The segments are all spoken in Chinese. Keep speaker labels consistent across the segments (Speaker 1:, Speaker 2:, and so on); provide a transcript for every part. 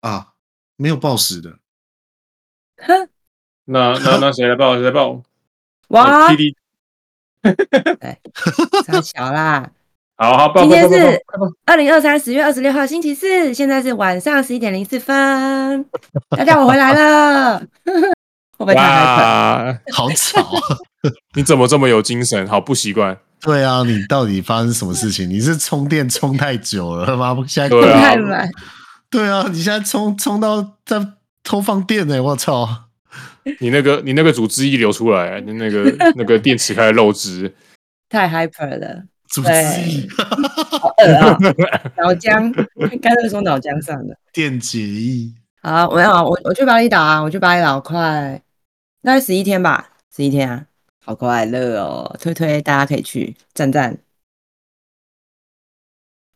Speaker 1: 啊，没有报时的，
Speaker 2: 哼，
Speaker 3: 那那那谁来报？谁来报？
Speaker 2: 哇
Speaker 3: 哦，P，D。
Speaker 2: 太小啦！
Speaker 3: 好好报。
Speaker 2: 今天
Speaker 3: 报报报
Speaker 2: 是二零二三十月二十六号星期四，现在是晚上十一点零四分。 大家我回来了， 我被
Speaker 3: 报
Speaker 2: 他害
Speaker 3: 哇，
Speaker 1: 好吵。
Speaker 3: 你怎么这么有精神？好不习惯。
Speaker 1: 对啊，你到底发生什么事情？你是充电充太久了吗？现在
Speaker 3: 对
Speaker 2: 困，
Speaker 3: 啊
Speaker 2: 太满。
Speaker 1: 对啊，你现在充充到在偷放电呢、我操！
Speaker 3: 你那个你那个组织一流出来，你那个那个电池开始漏 汁。
Speaker 2: 太 hyper 了，
Speaker 1: 主机
Speaker 2: 好饿 啊！脑浆，干脆说脑浆上的。
Speaker 1: 电解液，
Speaker 2: 好，没有啊，我我去巴厘岛啊，我去巴厘岛快大概十一天吧，十一天啊，好快乐哦！推推大家可以去，赞赞。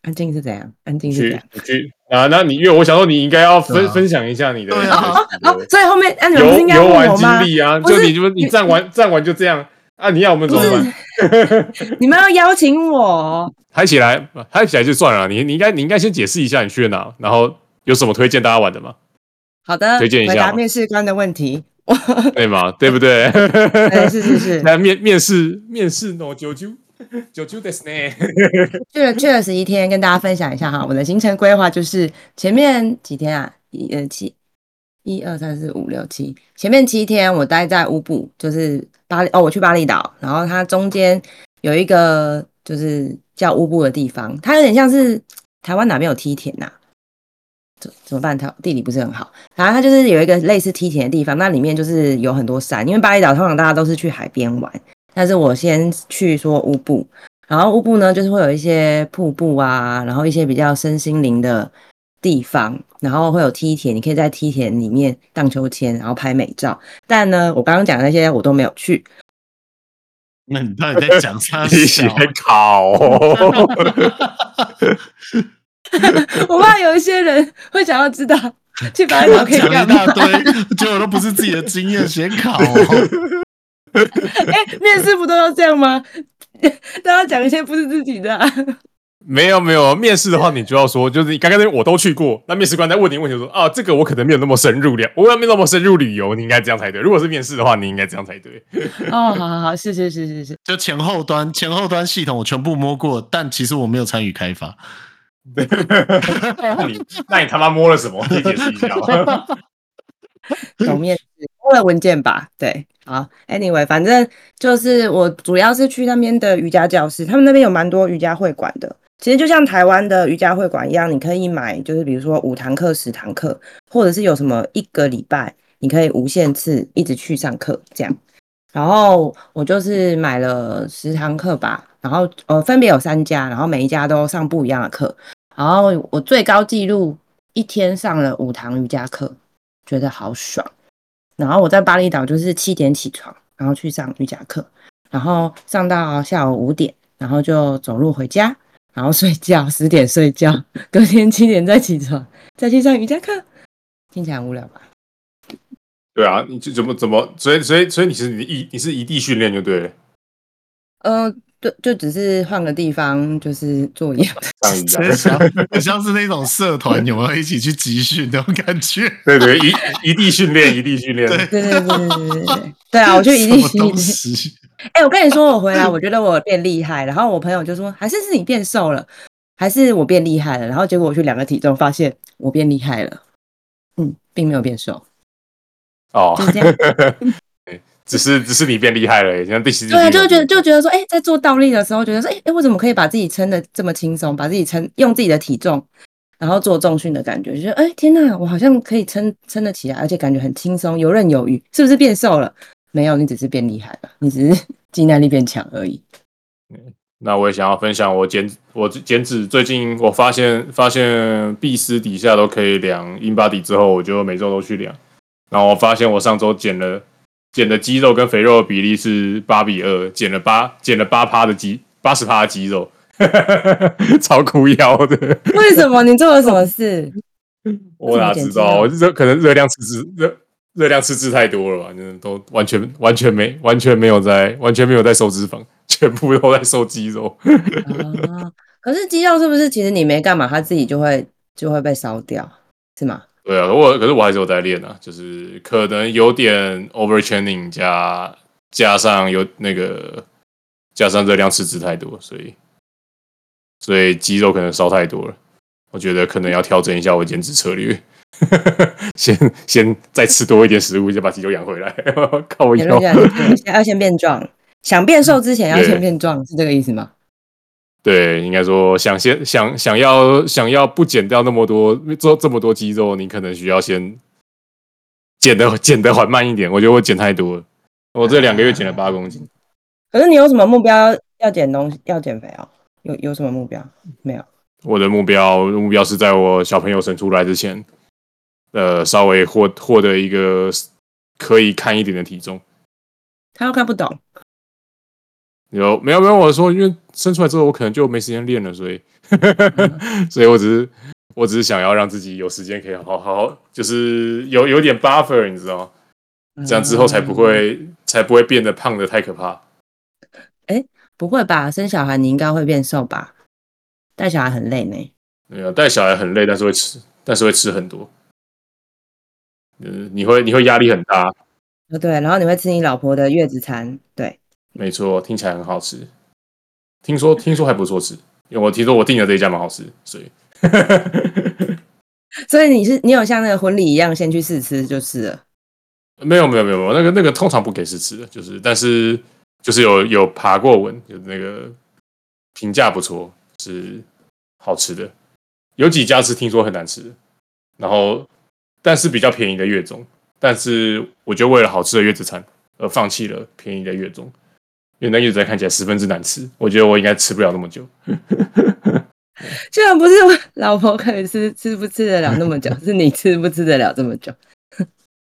Speaker 2: 安静是怎样？安静是怎
Speaker 3: 去
Speaker 2: 样？
Speaker 3: 去啊！那你因为我想说，你应该要分
Speaker 1: 对啊
Speaker 3: 分享一下你的
Speaker 1: 对啊
Speaker 3: 那
Speaker 2: 哦
Speaker 3: 个，
Speaker 2: 所以后面安你们不
Speaker 3: 游
Speaker 2: 是应该
Speaker 3: 游
Speaker 2: 问
Speaker 3: 玩
Speaker 2: 我吗
Speaker 3: 经？历啊，
Speaker 2: 不是
Speaker 3: 就你就你站完站完就这样啊？你要我们怎
Speaker 2: 不
Speaker 3: 么办？
Speaker 2: 是，你们要邀请我，
Speaker 3: 嗨起来，嗨起来就算了。你你应该你应该先解释一下你去了哪，然后有什么推荐大家玩的吗？
Speaker 2: 好的，
Speaker 3: 推荐一下
Speaker 2: 回答
Speaker 3: 嘛
Speaker 2: 面试官的问题。
Speaker 3: 对吗？对不对？
Speaker 2: 哎，是是 是，
Speaker 3: 那面面试面试 no 九九九九 t h i s？
Speaker 2: 去了去了十一天，跟大家分享一下哈，我的行程规划就是前面几天啊，一呃七，一二三四五六七，前面七天我待在乌布，就是巴黎哦，我去巴厘岛，然后它中间有一个就是叫乌布的地方，它有点像是台湾哪边有梯田呐、怎怎么办？它地理不是很好，然后它就是有一个类似梯田的地方，那里面就是有很多山，因为巴厘岛通常大家都是去海边玩，但是我先去说乌布，然后乌布呢，就是会有一些瀑布啊，然后一些比较身心灵的地方，然后会有梯田，你可以在梯田里面荡秋千，然后拍美照。但呢，我刚刚讲的那些我都没有去，
Speaker 1: 那你到底在讲啥
Speaker 3: 你写考，
Speaker 2: 我怕有一些人会想要知道去巴厘岛可以
Speaker 1: 讲
Speaker 2: 干
Speaker 1: 一
Speaker 2: 嘛
Speaker 1: 大。堆，结果都不是自己的经验写 考、
Speaker 2: 哎、面试不都要这样吗？ 大家讲一些不是自己的、啊，
Speaker 3: 没有没有面试的话，你就要说，就是你刚刚那边我都去过。那面试官在问你问题说，啊，这个我可能没有那么深入了，我也没有那么深入旅游，你应该这样才对。如果是面试的话，你应该这样才对。
Speaker 2: 哦，好好好，是是是是是，
Speaker 1: 就前后端前后端系统我全部摸过，但其实我没有参与开发。
Speaker 3: 那你那你他妈摸了什么？你解释一下吧。
Speaker 2: 懂面试，为了文件吧，对，好，anyway，反正就是我主要是去那边的瑜伽教室，他们那边有蛮多瑜伽会馆的。其实就像台湾的瑜伽会馆一样，你可以买，就是比如说五堂课、十堂课，或者是有什么一个礼拜，你可以无限次一直去上课这样。然后我就是买了十堂课吧，然后呃分别有三家，然后每一家都上不一样的课。然后我最高纪录一天上了五堂瑜伽课，觉得好爽。然后我在巴厘岛就是七点起床，然后去上瑜伽课，然后上到下午五点，然后就走路回家，然后睡觉，十点睡觉，隔天七点再起床，再去上瑜伽课。听起来很无聊吧？
Speaker 3: 对啊，你就怎么怎么，所以所以所以你是你异你是异地训练就对了，
Speaker 2: 呃，就就只是换个地方，就是做一样的。
Speaker 3: 上一下
Speaker 1: 很像很像是那种社团有没有一起去集训那种感觉？
Speaker 3: 对对，一一地训练，一地训练。
Speaker 1: 对
Speaker 2: 对对对对对对对对，对啊，我就一定
Speaker 1: 什么东西？
Speaker 2: 哎、我跟你说，我回来，我觉得我变厉害。然后我朋友就说，还是是你变瘦了，还是我变厉害了。然后结果我去量个体重，发现我变厉害了，嗯，并没有变瘦，
Speaker 3: 哦
Speaker 2: 就，是这样。
Speaker 3: 只是只是你变厉害了而已，像第十
Speaker 2: 对啊，就觉得就觉得说，哎、在做倒立的时候，觉得说，哎、哎、我怎么可以把自己撑得这么轻松，把自己撑用自己的体重，然后做重训的感觉，就觉得，哎、天呐，我好像可以撑撑得起来，而且感觉很轻松，游刃有余，是不是 变瘦了？没有，你只是变厉害了，你只是肌耐力变强而已。
Speaker 3: 那我也想要分享我减我减脂，最近我发现发现臂丝底下都可以量 in body 之后，我就每周都去量。然后我发现我上周减了减的肌肉跟肥肉的比例是八比二，减了八减了八趴的肌八十趴的肌肉， 超哭腰的。
Speaker 2: 为什么你做了什么事？
Speaker 3: 我哪知道？我热可能热量吃吃热热量吃吃太多了吧？真的都完全完全没完全没有在完全没有在瘦脂肪，全部都在瘦肌肉。
Speaker 2: 啊，可是肌肉是不是其实你没干嘛，它自己就会就会被烧掉，是吗？
Speaker 3: 对啊，我可是我还是有在练啊，就是可能有点 overtraining 加加上有那个加上热量吃脂太多，所以所以肌肉可能烧太多了。我觉得可能要调整一下我减脂策略， 先先再吃多一点食物，再把肌肉养回来。 靠我
Speaker 2: 言论
Speaker 3: 腰
Speaker 2: 一，下，你先要先变壮，想变瘦之前要
Speaker 3: 嗯对
Speaker 2: 先变壮，是这个意思吗？
Speaker 3: 对，应该说想先想想要想要不减掉那么多做这么多肌肉，你可能需要先减的减的缓慢一点。我觉得我减太多了，我这两个月减了八公斤。
Speaker 2: 可是你有什么目标要减东西要减肥哦？有有什么目标？没有。
Speaker 3: 我的目标目标是在我小朋友生出来之前，呃，稍微获获得一个可以看一点的体重。
Speaker 2: 他又看不懂，
Speaker 3: 有没有没有？我说，因为生出来之后，我可能就没时间练了，所以， 所以我只是我只是想要让自己有时间可以好好好，就是有有点 buffer，你知道吗？这样之后才不
Speaker 2: 嗯
Speaker 3: 会、才不会变得胖的太可怕。
Speaker 2: 不会吧？生小孩你应该会变瘦吧？带小孩很累呢。
Speaker 3: 没有带小孩很累，但是会吃，但是会吃很多。嗯，你会你会压力很大，
Speaker 2: 哦，对，然后你会吃你老婆的月子餐，对，
Speaker 3: 没错，听起来很好吃。听说听说还不错吃，因为我听说我订的这一家蛮好吃，所以
Speaker 2: 所以你是你有像那个婚礼一样先去试吃就是了。
Speaker 3: 没有没有没有，没有那个那个通常不给试吃的，就是但是就是有有爬过文，就那个评价不错，是好吃的。有几家是听说很难吃的，然后但是比较便宜的月中，但是我就为了好吃的月子餐而放弃了便宜的月中，因为那月子餐看起来十分之难吃，我觉得我应该吃不了那么久。
Speaker 2: 居然不是老婆可以吃，吃不吃得了那么久， 是你吃不吃得了这么久。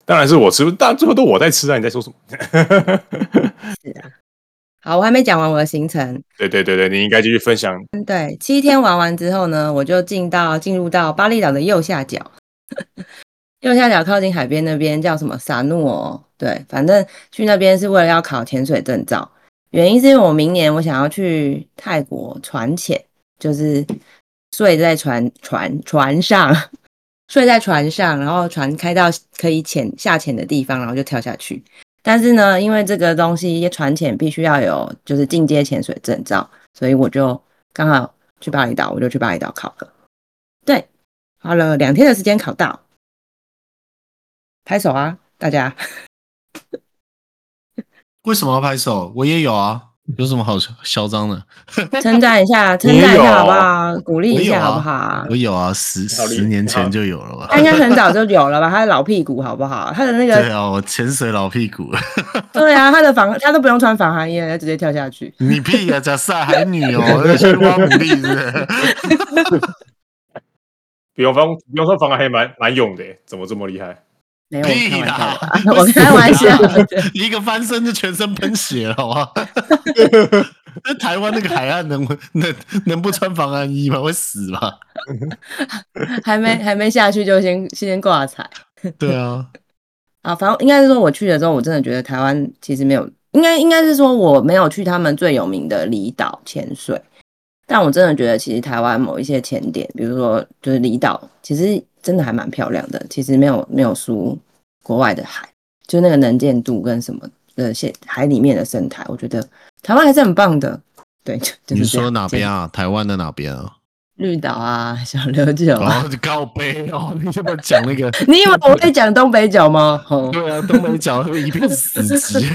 Speaker 3: 当然是我吃，但最后都我在吃啊！你在说什么？
Speaker 2: 好，我还没讲完我的行程。
Speaker 3: 对对对对，你应该继续分享。
Speaker 2: 嗯，对，七天玩完之后呢，我就进到进入到巴厘岛的右下角， 右下角靠近海边那边叫什么撒诺哦，对，反正去那边是为了要考潜水证照，原因是因为我明年我想要去泰国船潜，就是睡在船船船上， 睡在船上，然后船开到可以潜下潜的地方，然后就跳下去。但是呢，因为这个东西船潜必须要有就是进阶潜水证照，所以我就刚好去巴厘岛，我就去巴厘岛考了。对，花了两天的时间考到，拍手啊，大家！
Speaker 1: 为什么要拍手？我也有啊，有什么好嚣嚣张的？
Speaker 2: 称赞一下，称赞一下好不好？鼓励一下好不好？
Speaker 1: 我啊有啊，十
Speaker 3: 好厉害
Speaker 1: 十年前就有了
Speaker 2: 他
Speaker 1: 吧？
Speaker 2: 应该很早就有了吧？他的老屁股好不好？他的那
Speaker 1: 对
Speaker 2: 个，
Speaker 1: 啊，我潜水老屁股，
Speaker 2: 对啊，他的防他都不用穿防寒衣了，他直接跳下去。
Speaker 1: 你屁啊！假赛海女 哦，那去挖牡蛎是不是？
Speaker 3: 比方说，比方说，防寒还蛮蛮勇的耶，怎么这么厉害？
Speaker 2: 没有，我
Speaker 1: 屁
Speaker 2: 开玩笑
Speaker 1: 啦
Speaker 2: 的啊，我开玩笑的。
Speaker 1: 一个翻身就全身喷血了，好 吧？那台湾那个海岸能能能不穿防寒衣吗？会死吧？
Speaker 2: 还没还没下去就先先挂彩
Speaker 1: 对 啊，
Speaker 2: 啊！反正应该是说我去了之后，我真的觉得台湾其实没有，应该应该是说我没有去他们最有名的离岛潜水，但我真的觉得其实台湾某一些潜点，比如说就是离岛，其实真的还蛮漂亮的，其实没有没有输国外的海，就那个能见度跟什么的些海里面的生态，我觉得台湾还是很棒的。对，就就是
Speaker 1: 你
Speaker 2: 这样
Speaker 1: 说哪边？啊？台湾的哪边啊？
Speaker 2: 绿岛啊，小琉球啊。
Speaker 1: 然后就告背哦，你要不要讲那个？
Speaker 2: 你以为我会讲东北角吗？哦
Speaker 1: 对啊，东北角会一片死寂。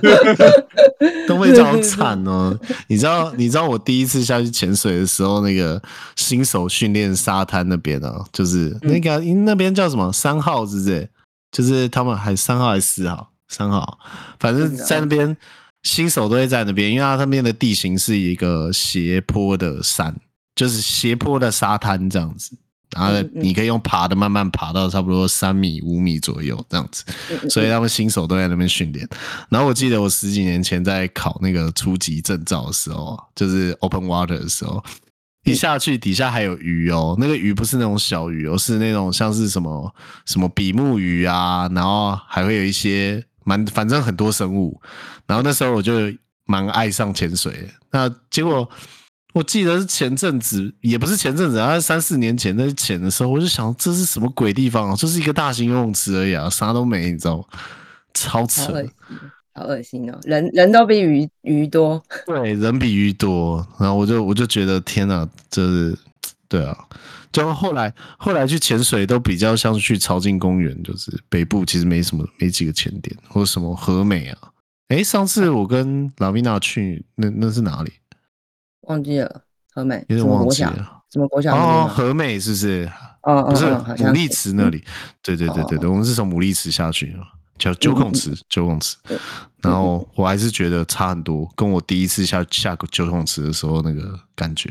Speaker 1: 东北角好惨哦！你知道，你知道我第一次下去潜水的时候，那个新手训练沙滩那边啊，就是那个、那边叫什么三号，是不是？就是他们还三号还是四号？三号，反正在那边新手都会在那边，因为它那边的地形是一个斜坡的山，就是斜坡的沙滩这样子。然后
Speaker 2: 嗯嗯
Speaker 1: 你可以用爬的慢慢爬到差不多三米、五米左右这样子，
Speaker 2: 嗯
Speaker 1: 所以他们新手都在那边训练。然后我记得我十几年前在考那个初级证照的时候啊，就是 open water 的时候，
Speaker 2: 嗯
Speaker 1: 一下去底下还有鱼哦，那个鱼不是那种小鱼哦，是那种像是什么什么比目鱼啊，然后还会有一些蛮反正很多生物。然后那时候我就蛮爱上潜水的，那结果。我记得是前阵子，也不是前阵子，啊，三四年前在潜的时候，我就想这是什么鬼地方啊？就是一个大型游泳池而已啊，啥都没，你知道吗？超
Speaker 2: 好
Speaker 1: 扯，
Speaker 2: 恶心，哦好恶心哦！人人都比鱼鱼多，
Speaker 1: 对，人比鱼多，然后我就我就觉得天哪，这是对啊，就后来后来去潜水都比较像是去朝境公园，就是北部其实没什么没几个潜点，或者什么和美啊。诶，上次我跟拉米娜去，那那是哪里？
Speaker 2: 忘记了和美，
Speaker 1: 有
Speaker 2: 什
Speaker 1: 点
Speaker 2: 么
Speaker 1: 忘
Speaker 2: 国
Speaker 1: 记
Speaker 2: 小，
Speaker 1: 了。
Speaker 2: 什么国小
Speaker 1: 哦，
Speaker 2: 那边吗？
Speaker 1: 和美是不是？
Speaker 2: 哦
Speaker 1: 不是
Speaker 2: 哦哦好
Speaker 1: 牡
Speaker 2: 像
Speaker 1: 蛎
Speaker 2: 是嗯哦
Speaker 1: 池那里。对对对对对，我们是从牡蛎池下去的，九九孔池，九孔池
Speaker 2: 对。
Speaker 1: 然后我还是觉得差很多，跟我第一次下下九孔池的时候那个感觉，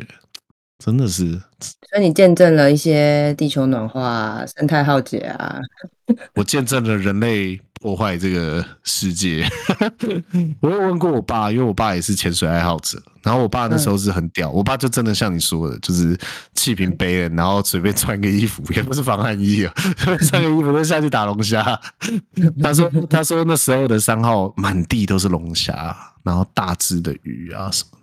Speaker 1: 真的是，
Speaker 2: 所以你见证了一些地球暖化、啊、生态浩劫啊，
Speaker 1: 我见证了人类破坏这个世界。 我有问过我爸，因为我爸也是潜水爱好者，然后我爸那时候是很屌，我爸就真的像你说的，就是气瓶背了，然后随便穿个衣服，也不是防寒衣啊， 随便穿个衣服就下去打龙虾。他说他说那时候的三号满地都是龙虾，然后大只的鱼啊什么。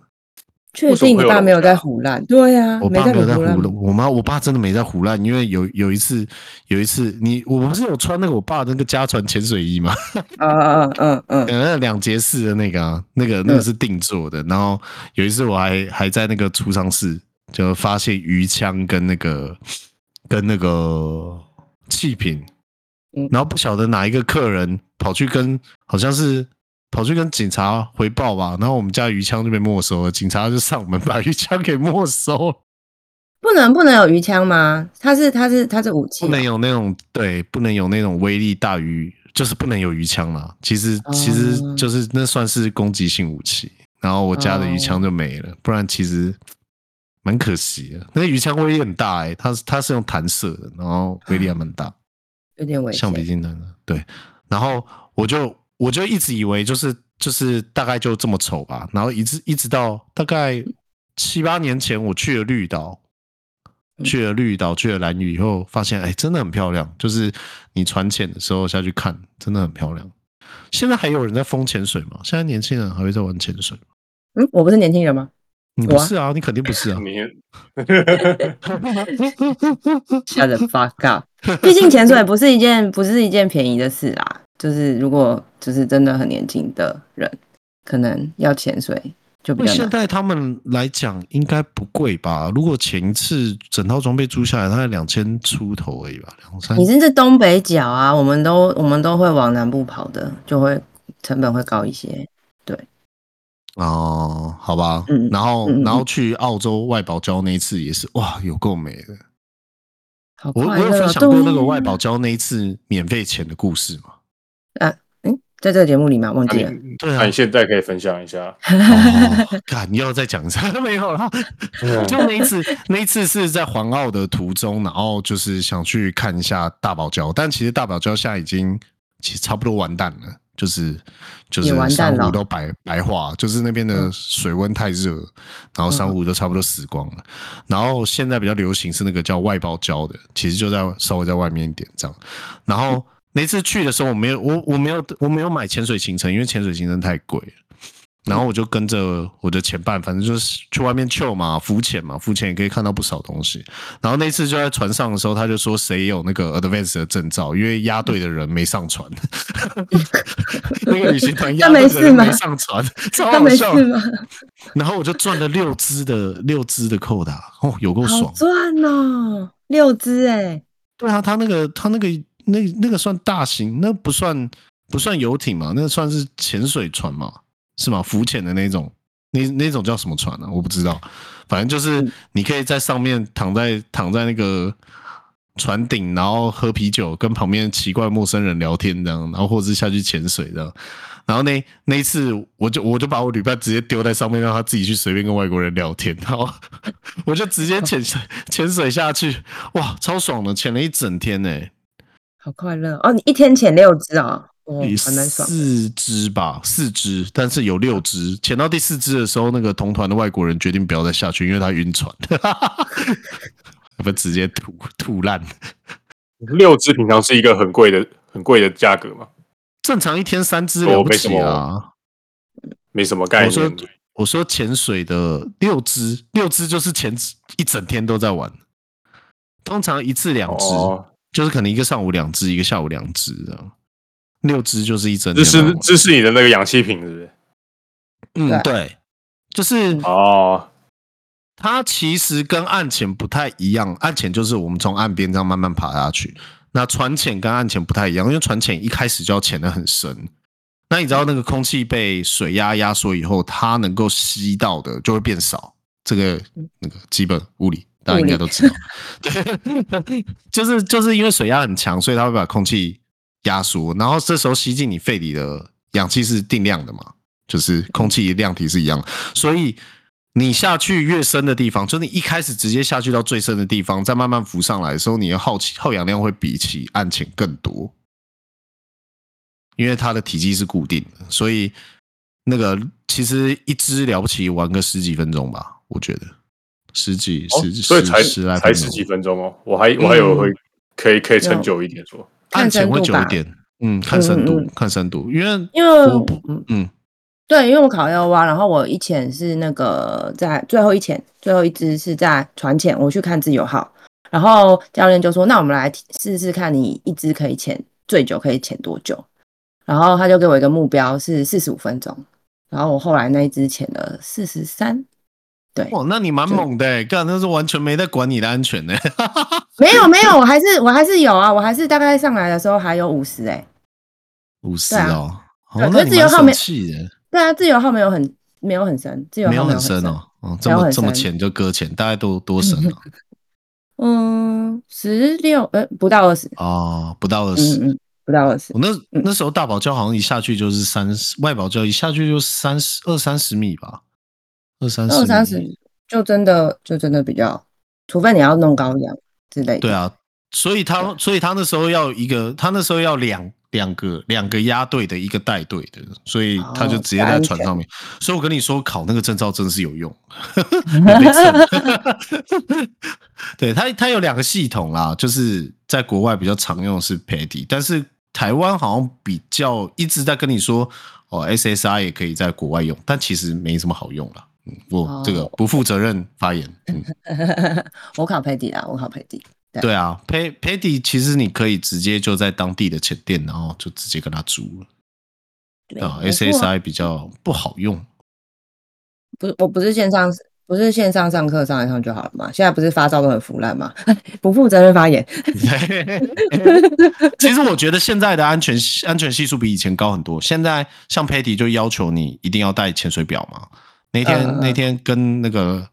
Speaker 2: 确
Speaker 3: 为什么
Speaker 2: 定你
Speaker 3: 会有啊
Speaker 2: 爸
Speaker 3: 龙
Speaker 2: 没有在
Speaker 3: 虾
Speaker 2: 胡乱？对呀、
Speaker 1: 我
Speaker 2: 啊没
Speaker 1: 爸没有在
Speaker 2: 胡
Speaker 1: 胡
Speaker 2: 乱。
Speaker 1: 乱，我妈我爸真的没在胡乱，因为有有一次有一次你我不是有穿那个我爸那个家传潜水衣吗？
Speaker 2: 嗯嗯嗯嗯，
Speaker 1: 呃，那两节式的那个、啊，那个那个是定做的。然后有一次我还还在那个储藏室，就发现鱼枪跟那个跟那个气瓶
Speaker 2: 嗯，
Speaker 1: 然后不晓得哪一个客人跑去跟好像是跑去跟警察回报吧，然后我们家鱼枪就被没收了，警察就上门把鱼枪给没收了。
Speaker 2: 不能不能有鱼枪吗？它是它是它是武器啊
Speaker 1: 不
Speaker 2: 吗，
Speaker 1: 能有那种对，不能有那种威力大于，就是不能有鱼枪啦。其实其实
Speaker 2: 哦
Speaker 1: 就是那算是攻击性武器。然后我家的鱼枪就没了，不然其实蛮可惜的。那个鱼枪威力很大哎、它是它是用弹射的，然后威力还蛮大，
Speaker 2: 有点危险
Speaker 1: 橡。皮筋弹的。对，然后我就我就一直以为就是就是大概就这么丑吧，然后一直一直到大概七八年前我去了绿岛，
Speaker 2: 嗯
Speaker 1: 去了绿岛，去了蓝屿以后，发现哎、真的很漂亮。就是你船潜的时候下去看，真的很漂亮。现在还有人在疯潜水吗？现在年轻人还会在玩潜水吗？
Speaker 2: 嗯，我不是年轻人吗？
Speaker 1: 你
Speaker 2: 我
Speaker 1: 不
Speaker 2: 啊
Speaker 1: 是啊，你肯定不是啊。
Speaker 3: 明天
Speaker 2: 吓 得 fuck up。毕竟潜水不是一件不是一件便宜的事啊，就是如果就是真的很年轻的人，可能要潜水就比
Speaker 1: 那
Speaker 2: 较
Speaker 1: 现
Speaker 2: 难。
Speaker 1: 在他们来讲应该不贵吧？如果前一次整套装备租下来，大概两千出头而已吧，两三
Speaker 2: 你。是这东北角啊，我们都我们都会往南部跑的，就会成本会高一些。
Speaker 1: 哦，好吧。
Speaker 2: 嗯
Speaker 1: 然后
Speaker 2: 嗯嗯
Speaker 1: 然后去澳洲外保礁那一次也是哇，有够美的。
Speaker 2: 好
Speaker 1: 我我
Speaker 2: 快
Speaker 1: 有
Speaker 2: 乐
Speaker 1: 分
Speaker 2: 哦，
Speaker 1: 享过那个
Speaker 2: 对
Speaker 1: 外保礁那一次免费钱的故事吗？
Speaker 2: 嗯，在这个节目里吗？忘记了。
Speaker 1: 对啊
Speaker 3: 那你现在可以分享一下，
Speaker 1: 哦，干，你又要再讲一次？啊没有 啦，
Speaker 3: 嗯
Speaker 1: 就那一次，那一次是在环澳的途中，然后就是想去看一下大堡礁，但其实大堡礁现在已经其实差不多完蛋了，就是就
Speaker 2: 也
Speaker 1: 是
Speaker 2: 完蛋
Speaker 1: 珊
Speaker 2: 了嗯
Speaker 1: 瑚都白白化，就是那边的水温太热，然后珊瑚都差不多死光了。然后现在比较流行是那个叫外包胶的，其实就在稍微在外面一点这样。然后那次去的时候，我没有我我没有我没有买潜水行程，因为潜水行程太贵了。然后我就跟着我的前伴，反正就是去外面 chill 嘛，浮潜嘛，浮潜也可以看到不少东西。然后那次就在船上的时候，他就说谁有那个 advance 的证照，因为押队的人没 上船，那个旅行团押
Speaker 2: 那
Speaker 1: 队
Speaker 2: 没
Speaker 1: 的
Speaker 2: 事
Speaker 1: 人
Speaker 2: 吗
Speaker 1: 没上船，超
Speaker 2: 他
Speaker 1: 好
Speaker 2: 没事
Speaker 1: 笑。
Speaker 2: 吗？
Speaker 1: 然后我就赚了六只的六只的扣打，哦，有够
Speaker 2: 好
Speaker 1: 爽。
Speaker 2: 赚哦，六只哎，
Speaker 1: 对啊，他那个他那个那那个算大型，那不算不算游艇嘛，那算是潜水船嘛，是吗？浮潜的那种，那那种叫什么啊船呢、我不知道，反正就是你可以在上面躺在躺在那个船顶，然后喝啤酒，跟旁边奇怪陌生人聊天这样，然后或者是下去潜水这样。然后那那一次，我就我就把我旅伴直接丢在上面，让他自己去随便跟外国人聊天，然后我就直接潜水潜水下去，哇，超爽的，潜了一整天呢、
Speaker 2: 好快乐哦！你一天潜六只哦，哦，还蛮爽。
Speaker 1: 四只吧，四只，但是有六只。潜到第四只的时候，那个同团的外国人决定不要再下去，因为他晕船， 我们直接吐吐烂。
Speaker 3: 六只平常是一个很贵的、很贵的价格嘛，
Speaker 1: 正常一天三只了不起
Speaker 3: 哦
Speaker 1: 啊！
Speaker 3: 没什么概
Speaker 1: 我说
Speaker 3: 念。
Speaker 1: 我说潜水的六只，六只就是潜一整天都在玩，通常一次两只，
Speaker 3: 哦，
Speaker 1: 就是可能一个上午两只，一个下午两只这样。六只就是一整
Speaker 3: 这
Speaker 1: 天在
Speaker 3: 是
Speaker 1: 玩。
Speaker 3: 这是你的那个氧气瓶，是不是？
Speaker 1: 嗯，对，就是
Speaker 3: 哦，
Speaker 1: 它其实跟岸潜不太一样，岸潜就是我们从岸边这样慢慢爬下去。那船潜跟岸潜不太一样，因为船潜一开始就要潜得很深。那你知道那个空气被水压压缩以后，它能够吸到的就会变少，这个那个基本物理大家应该都知道。对，就是就是因为水压很强，所以它会把空气压缩，然后这时候吸进你肺里的氧气是定量的嘛，就是空气量体是一样的，所以你下去越深的地方，就是你一开始直接下去到最深的地方，再慢慢浮上来的时候，你的耗气耗氧量会比起岸潜更多，因为它的体积是固定的，所以那个其实一只了不起玩个十几分钟吧，我觉得十几
Speaker 3: 哦
Speaker 1: 十
Speaker 3: 所以才
Speaker 1: 十十来
Speaker 3: 才
Speaker 1: 分
Speaker 3: 十
Speaker 1: 钟
Speaker 3: 几分钟哦，我还我还以
Speaker 1: 嗯
Speaker 3: 为会可以可以撑久一点说。
Speaker 1: 岸
Speaker 2: 看
Speaker 1: 潜
Speaker 2: 深
Speaker 1: 会
Speaker 2: 度
Speaker 1: 久一
Speaker 2: 吧，
Speaker 1: 点，嗯，看深度
Speaker 2: 嗯嗯嗯
Speaker 1: 看深度，因为
Speaker 2: 因为
Speaker 1: 我不
Speaker 2: 嗯
Speaker 1: 嗯
Speaker 2: 对，因为我考幺蛙，然后我一潜是那个在最后一潜，最后一只是在船潜，我去看自由号，然后教练就说：“那我们来试试看，你一只可以潜最久可以潜多久？”然后他就给我一个目标是四十五分钟，然后我后来那一只潜了四十三，对，
Speaker 1: 哇，那你蛮猛的欸，干那是完全没在管你的安全呢。
Speaker 2: 没有没有，我还是我还是有啊，我还是大概上来的时候还有五十哎，
Speaker 1: 五十
Speaker 2: 对啊
Speaker 1: 哦，
Speaker 2: 对可
Speaker 1: 哦，那
Speaker 2: 是
Speaker 1: 你
Speaker 2: 自由
Speaker 1: 蛮
Speaker 2: 号
Speaker 1: 神
Speaker 2: 没
Speaker 1: 气的，
Speaker 2: 对啊，自由号没有很没有很深，自由
Speaker 1: 没
Speaker 2: 号
Speaker 1: 有
Speaker 2: 没有
Speaker 1: 很
Speaker 2: 很
Speaker 1: 深
Speaker 2: 深
Speaker 1: 哦，哦，这
Speaker 2: 没有
Speaker 1: 么
Speaker 2: 很
Speaker 1: 这么
Speaker 2: 深
Speaker 1: 浅就搁浅，大 概多多深啊？
Speaker 2: 嗯，十六呃不到二十，
Speaker 1: 哦，不到二十。
Speaker 2: 嗯嗯，不到二十
Speaker 1: 我，那那时候大堡礁好像一下去就是三十，外堡礁一下去就三十二三十米吧，二三十
Speaker 2: 二三十就真的就真的比较，除非你要弄高氧之类的。
Speaker 1: 对，啊，所以他所以他那时候要一个，他那时候要两两个两个压队的一个带队的，所以他就
Speaker 2: 哦
Speaker 1: 直接在
Speaker 2: 安
Speaker 1: 船
Speaker 2: 全
Speaker 1: 上面。所以我跟你说，考那个证照真是有用， 免费蹭 对他，他有两个系统啦，就是在国外比较常用的是 PADI，但是台湾好像比较一直在跟你说哦，SSR 也可以在国外用，但其实没什么好用啦。嗯，我这个
Speaker 2: 哦
Speaker 1: 不负责任发言。嗯。
Speaker 2: 我考佩迪啦，我考佩迪。对
Speaker 1: 对啊，Pay Paydi 其实你可以直接就在当地的前店，然后就直接跟他租了。
Speaker 2: 对
Speaker 1: 啊
Speaker 2: 没错
Speaker 1: ，SSI 比较不好 用。
Speaker 2: 不，我不是线上，不是线上上课上一上就好了嘛。现在不是发烧都很腐烂嘛， 不负责任发言。
Speaker 1: 其实我觉得现在的安全安全系数比以前高很多。现在像 Paydi 就要求你一定要带潜水表嘛。那天、
Speaker 2: 嗯嗯嗯
Speaker 1: 那天跟那个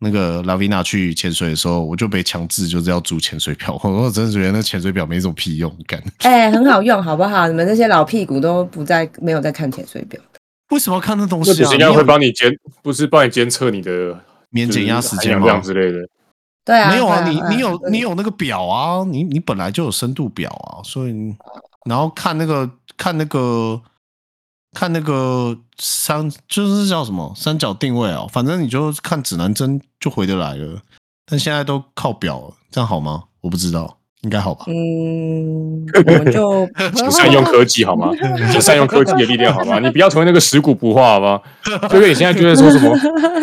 Speaker 1: 那个拉维娜去潜水的时候，我就被强制就是要租潜水表。 我我真的觉得那潜水表没什么屁用，干
Speaker 2: 哎、很好用，好不好？ 你们这些老屁股都不在，没有在看潜水表。
Speaker 1: 为什么要看那东
Speaker 3: 那
Speaker 1: 西
Speaker 3: 只
Speaker 1: 啊？
Speaker 3: 是应该
Speaker 1: 你有
Speaker 3: 会帮你监，不是帮你监测你的
Speaker 1: 免减压时
Speaker 3: 就是
Speaker 1: 间
Speaker 3: 含氧量
Speaker 1: 吗？
Speaker 3: 之类的。
Speaker 2: 对啊，
Speaker 1: 没有啊，
Speaker 2: 对
Speaker 1: 你
Speaker 2: 对
Speaker 1: 你有
Speaker 2: 对
Speaker 1: 你有那个表啊，你你本来就有深度表啊，所以你然后看那个看那个看那个三就是叫什么三角定位哦，反正你就看指南针就回得来了。但现在都靠表了，这样好吗？我不知道，应该好吧？
Speaker 2: 嗯，我们就
Speaker 3: 请善用科技好 吗？请善用科技的力量好吗？你不要成为那个食古不化好吗？就跟你现在就在说什么，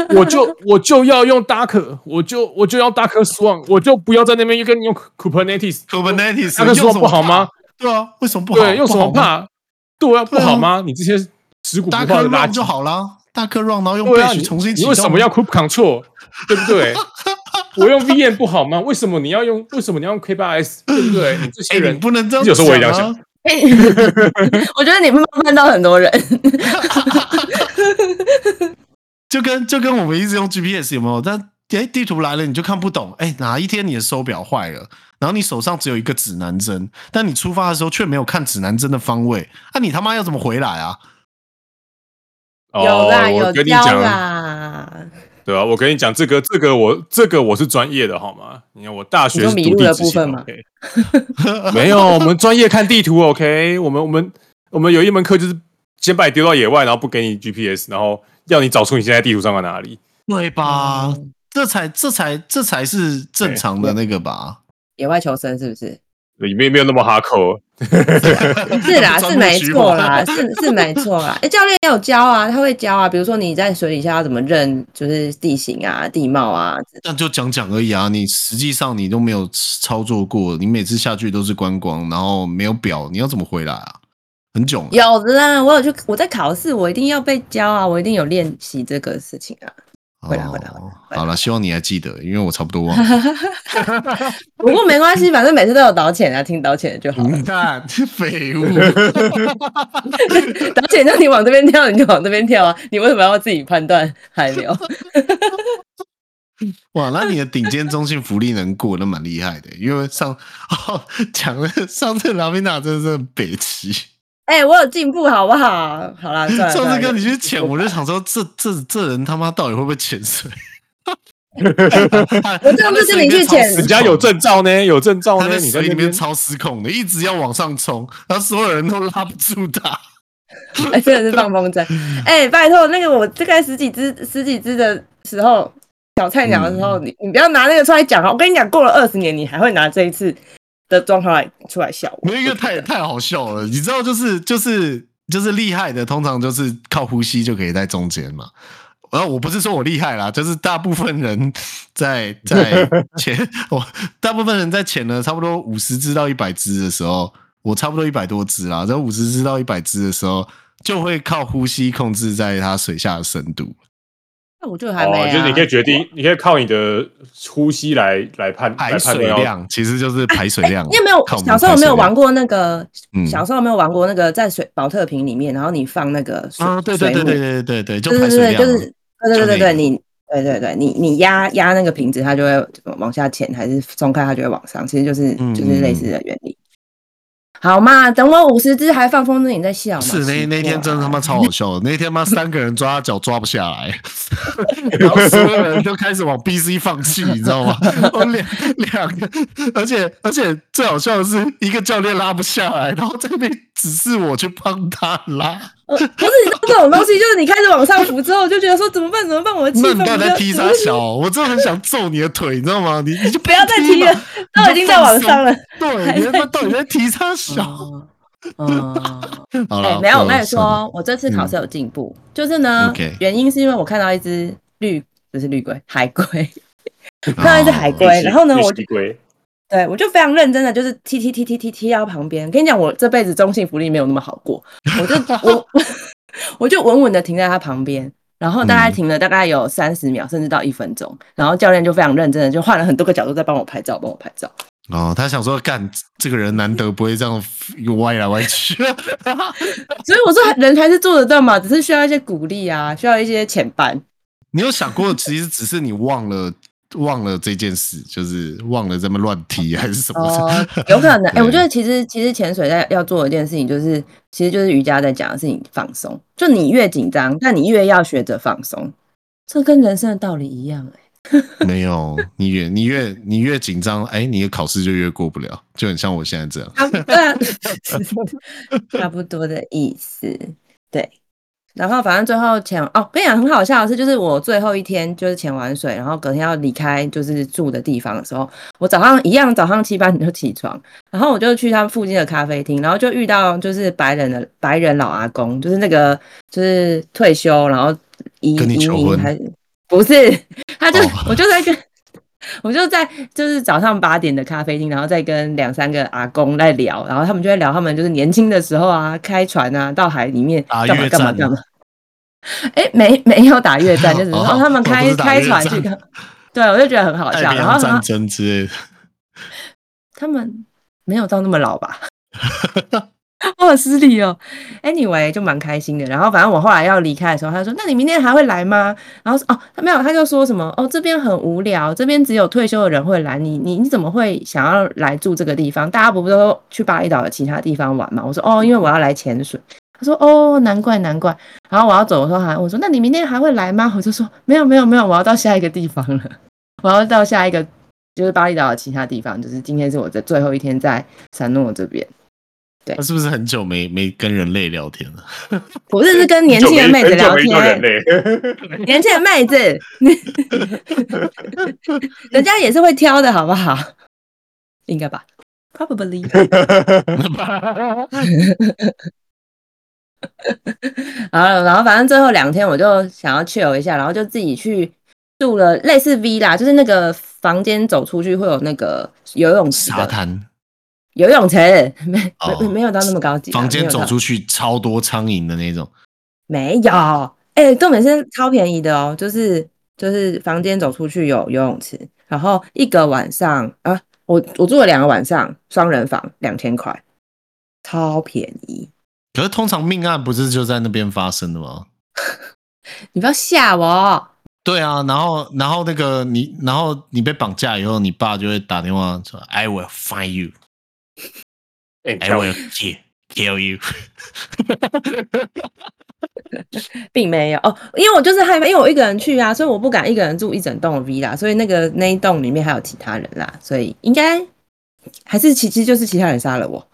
Speaker 3: 我就我就要用 Docker，我就我就要 Docker Swarm，我就不要在那边又跟你用 Kubernetes。
Speaker 1: Kubernetes
Speaker 3: 那个
Speaker 1: 用
Speaker 3: 说
Speaker 1: 什么
Speaker 3: 不好吗？
Speaker 1: 对啊，为什么不好？
Speaker 3: 对，用什么
Speaker 1: 不好吗？
Speaker 3: 怕？对啊，不
Speaker 1: 对啊
Speaker 3: 好吗？你这些食古不
Speaker 1: 大
Speaker 3: 化
Speaker 1: 颗
Speaker 3: 的垃
Speaker 1: run
Speaker 3: 圾
Speaker 1: 就好啦，大颗 run，然后用
Speaker 3: 对啊，
Speaker 1: Bash
Speaker 3: 你
Speaker 1: 重新
Speaker 3: 你
Speaker 1: 启动。
Speaker 3: 为什么要 Kup Control？对不 对？我用 VM 不好吗？为什么你要用？为什么你要用 K8S？对不对？你这些
Speaker 1: 哎，你
Speaker 3: 人
Speaker 1: 不能这样、啊。
Speaker 3: 有时候我也这样想。
Speaker 2: 我觉得你冒犯到很多人。
Speaker 1: 就跟就跟我们一直用 GPS 有没有？但哎，地图来了你就看不懂，哎，哪一天你的手表坏了，然后你手上只有一个指南针，但你出发的时候却没有看指南针的方位，那、你他妈要怎么回来啊？
Speaker 2: 有啦，
Speaker 3: 哦、我
Speaker 2: 有
Speaker 3: 跟你
Speaker 2: 教
Speaker 3: 讲，
Speaker 2: 啦。
Speaker 3: 对吧、我跟你讲，这个这个我这个我是专业的好吗？你看我大学
Speaker 2: 你说
Speaker 3: 是
Speaker 2: 迷
Speaker 3: 读
Speaker 2: 路
Speaker 3: 地
Speaker 2: 的
Speaker 3: 质
Speaker 2: 部
Speaker 3: 系
Speaker 2: 分吗
Speaker 3: OK 没有，我们专业看地图，OK？我们我们我们有一门课就是先把你丢到野外，然后不给你 GPS，然后要你找出你现在地图上的哪里。
Speaker 1: 对吧？
Speaker 2: 嗯
Speaker 1: 哦这才这才这才是正常的那个吧？
Speaker 2: 野外求生是不是？
Speaker 3: 里面没有那么哈哦口，
Speaker 2: 是 啦，
Speaker 1: 钻
Speaker 2: 是
Speaker 1: 木
Speaker 2: 没
Speaker 1: 取
Speaker 2: 错
Speaker 1: 火
Speaker 2: 啦，是是没错啦。哎、教练也有教啊，他会教啊，比如说你在水底下要怎么认，就是地形啊、地貌啊。
Speaker 1: 那就讲讲而已啊！你实际上你都没有操作过，你每次下去都是观光，然后没有表，你要怎么回来啊？很囧、欸。
Speaker 2: 有的啦，我有去，我在考试，我一定要被教啊，我一定有练习这个事情 啊。会啦会啦会
Speaker 1: 哦
Speaker 2: 啦会啦
Speaker 1: 好了，希望你还记得，因为我差不多忘了。
Speaker 2: 不过没关系，反正每次都有导浅啊，听导浅的就好了。
Speaker 1: 你看，废物。
Speaker 2: 导浅让你往这边跳，你就往这边跳啊，你为什么要自己判断海流？
Speaker 1: 哇，那你的顶尖中性福利能过，那蛮厉害的。因为上哦讲了上次拉菲娜真的是很北齐，
Speaker 2: 哎、我有进步好不好？好啦，算了。
Speaker 1: 上次
Speaker 2: 算了
Speaker 1: 跟你去潜，我就想说这这这人他妈到底会不会潜 水？
Speaker 2: 我上次跟你去潜
Speaker 3: 人家有证照呢，有证照
Speaker 1: 他
Speaker 3: 呢，
Speaker 1: 在
Speaker 3: 你在
Speaker 1: 水
Speaker 3: 那
Speaker 1: 里
Speaker 3: 边
Speaker 1: 面超失控的，一直要往上冲，然后所有人都拉不住他。
Speaker 2: 哎、真 的是放风筝。哎、拜托，那个我大概十几只、十几只的时候，小菜鸟的时
Speaker 1: 嗯
Speaker 2: 候，你你不要拿那个出来讲啊！我跟你讲，过了二十年，你还会拿这一次的状况来出来笑我。
Speaker 1: 没有一个太太好笑了，你知道，就是就是就是厉害的，通常就是靠呼吸就可以在中间嘛。然后我不是说我厉害啦，就是大部分人在在潜， 我大部分人在潜了差不多五十只到一百只的时候，我差不多一百多只啦，在五十只到一百只的时候，就会靠呼吸控制在它水下的深度
Speaker 2: 那我就还没、啊
Speaker 3: 哦，就是你可以决定，你可以靠你的呼吸来来判
Speaker 1: 排
Speaker 3: 来判
Speaker 1: 水
Speaker 3: 断要。
Speaker 1: 量，其实就是排水量。
Speaker 2: 哎你有没有
Speaker 1: 靠我们
Speaker 2: 小时候有没有
Speaker 1: 排水量
Speaker 2: 玩过那个？
Speaker 1: 嗯
Speaker 2: 小时候有没有玩过那个在水保特瓶里面，然后你放那个水？
Speaker 1: 啊？对
Speaker 2: 水
Speaker 1: 对对
Speaker 2: 母
Speaker 1: 对对对对，就
Speaker 2: 对
Speaker 1: 排
Speaker 2: 对
Speaker 1: 水
Speaker 2: 对，
Speaker 1: 量
Speaker 2: 就
Speaker 1: 啊，
Speaker 2: 是对对对对
Speaker 1: 就那个
Speaker 2: 对，你对对对，你你压压那个瓶子，它就会往下潜，还是松开它就会往上，其实就是
Speaker 1: 嗯
Speaker 2: 就是类似的原理。好嘛，等我五十只还放风筝，你在笑嘛？
Speaker 1: 是
Speaker 2: 奇怪
Speaker 1: 那那天真的他妈超好笑的，那天妈三个人抓他脚抓不下 来，然后所有人都开始往 B C 放弃，你知道吗？我两两个，而且而且最好笑的是，一个教练拉不下来，然后在那边指示我去帮他拉。
Speaker 2: 呃不是你知道这种东西， 就是你开始往上浮之后，就觉得说怎么办怎么办，我的气
Speaker 1: 那
Speaker 2: 氛
Speaker 1: 你
Speaker 2: 不
Speaker 1: 到底在踢啥
Speaker 2: 要
Speaker 1: 小？我真的很想揍你的腿，你知道吗？你你就
Speaker 2: 不要再踢
Speaker 1: 吧
Speaker 2: 了，都已经在往上了。
Speaker 1: 你就放松对，你他妈到底在踢啥小？
Speaker 2: 哦 哦
Speaker 1: 好
Speaker 2: 哎、
Speaker 1: 了，
Speaker 2: 没有，我跟你
Speaker 1: 算了
Speaker 2: 说，我这次考试有进步，就是呢
Speaker 1: 嗯 OK
Speaker 2: 原因是因为我看到一只绿，不是绿龟，海龟，看到一只海
Speaker 1: 啊
Speaker 2: 龟，
Speaker 3: 对，
Speaker 2: 然后呢，
Speaker 3: 绿
Speaker 2: 我
Speaker 3: 蜥
Speaker 2: 就
Speaker 3: 龟
Speaker 2: 对我就非常认真的，就是踢踢踢踢踢踢到旁边。跟你讲，我这辈子中性福利没有那么好过，我 就我我就稳稳的停在他旁边。然后大概
Speaker 1: 嗯
Speaker 2: 停了大概有三十秒，甚至到一分钟。然后教练就非常认真的，就换了很多个角度在帮我拍照，帮我拍照。
Speaker 1: 哦，他想说，干这个人难得不会这样歪来 歪去，
Speaker 2: 所以我说人还是做得到嘛，只是需要一些鼓励啊，需要一些牵绊。
Speaker 1: 你有想过，其实只是你忘了忘了这件事，就是忘了这么乱踢还是什么
Speaker 2: 哦
Speaker 1: 的？，
Speaker 2: 有可 能。哎、
Speaker 1: 对
Speaker 2: 我觉得其实其实潜水在要做的一件事情，就是其实就是瑜伽在讲的事情，放松。就你越紧张，但你越要学着放松，这跟人生的道理一样、哎，
Speaker 1: 没有，你越你越你越紧张，哎，你的考试就越过不了，就很像我现在这样。
Speaker 2: 差不多啊， 差不多 的意思。对，然后反正最后潜哦，跟你讲很好笑的是，就是我最后一天就是潜完水，然后隔天要离开就是住的地方的时候，我早上一样早上七八点就起床，然后我就去他们附近的咖啡厅，然后就遇到就是白人的白人老阿公，就是那个就是退休然后移
Speaker 1: 跟你
Speaker 2: 移
Speaker 1: 求
Speaker 2: 民
Speaker 1: 婚
Speaker 2: 还是不是？他就、
Speaker 1: 哦
Speaker 2: 我就在跟。我就在就是早上八点的咖啡厅，然后再跟两三个阿公在聊，然后他们就会聊他们就是年轻的时候啊，开船啊，到海里面
Speaker 1: 打
Speaker 2: 干嘛
Speaker 1: 越
Speaker 2: 干嘛
Speaker 1: 战
Speaker 2: 干
Speaker 1: 吗
Speaker 2: 嘛。哎、没没有打越战，就只是说、
Speaker 1: 哦
Speaker 2: 哦他们
Speaker 1: 哦
Speaker 2: 开
Speaker 1: 不是打
Speaker 2: 开
Speaker 1: 越
Speaker 2: 船
Speaker 1: 战哎
Speaker 2: 去 看。对，我就觉得很好啊
Speaker 1: 太
Speaker 2: 笑。
Speaker 1: 平
Speaker 2: 然后
Speaker 1: 洋战
Speaker 2: 他
Speaker 1: 争之类的，
Speaker 2: 他们没有到那么老吧？好有失礼哦。Anyway，就蛮开心的。然后反正我后来要离开的时候，他就说：“那你明天还会来吗？”然后说：“哦，他没有，他就说什么哦，这边很无聊，这边只有退休的人会来，你你你怎么会想要来住这个地方？大家不都去巴厘岛的其他地方玩吗？”我说：“哦，因为我要来潜水。”他说：“哦，难怪难怪。”然后我要走的时候还我说：“那你明天还会来吗？”我就说：“没有没有没有，我要到下一个地方了，我要到下一个就是巴厘岛的其他地方，就是今天是我的最后一天在山诺这边。”
Speaker 1: 他是不是很久没没跟人类聊天了？
Speaker 2: 我这是跟年轻的妹子聊
Speaker 3: 很久没很久
Speaker 2: 天，欸
Speaker 3: 没遇到人类，
Speaker 2: 年轻的妹子，人家也是会挑的，好不好？应该吧，probably 好了，然后反正最后两天我就想要 chill 一下，然后就自己去住了类似 V 啦，就是那个房间走出去会有那个游泳池
Speaker 1: 沙
Speaker 2: 的
Speaker 1: 滩
Speaker 2: 游泳池， 没没、
Speaker 1: 哦
Speaker 2: 没有到那么高级啦，啊
Speaker 1: 房间
Speaker 2: 没有到
Speaker 1: 走出去超多苍蝇的那种，
Speaker 2: 没有，哎、重点是超便宜的哦，就是就是房间走出去有游泳池，然后一个晚上啊，我我住了两个晚上，双人房两千块，超便宜。
Speaker 1: 可是通常命案不是就在那边发生的吗？
Speaker 2: 你不要吓我哦，
Speaker 1: 对啊，然后然后那个你，然后你被绑架以后，你爸就会打电话说：“I will find you,
Speaker 3: 哎，
Speaker 1: I will kill kill you。
Speaker 2: 并没有哦，因为我就是害怕，因为我一个人去啊，所以我不敢一个人住一整栋的 villa，所以那个那一栋里面还有其他人啦，所以应该还是其其实就是其他人杀了我。”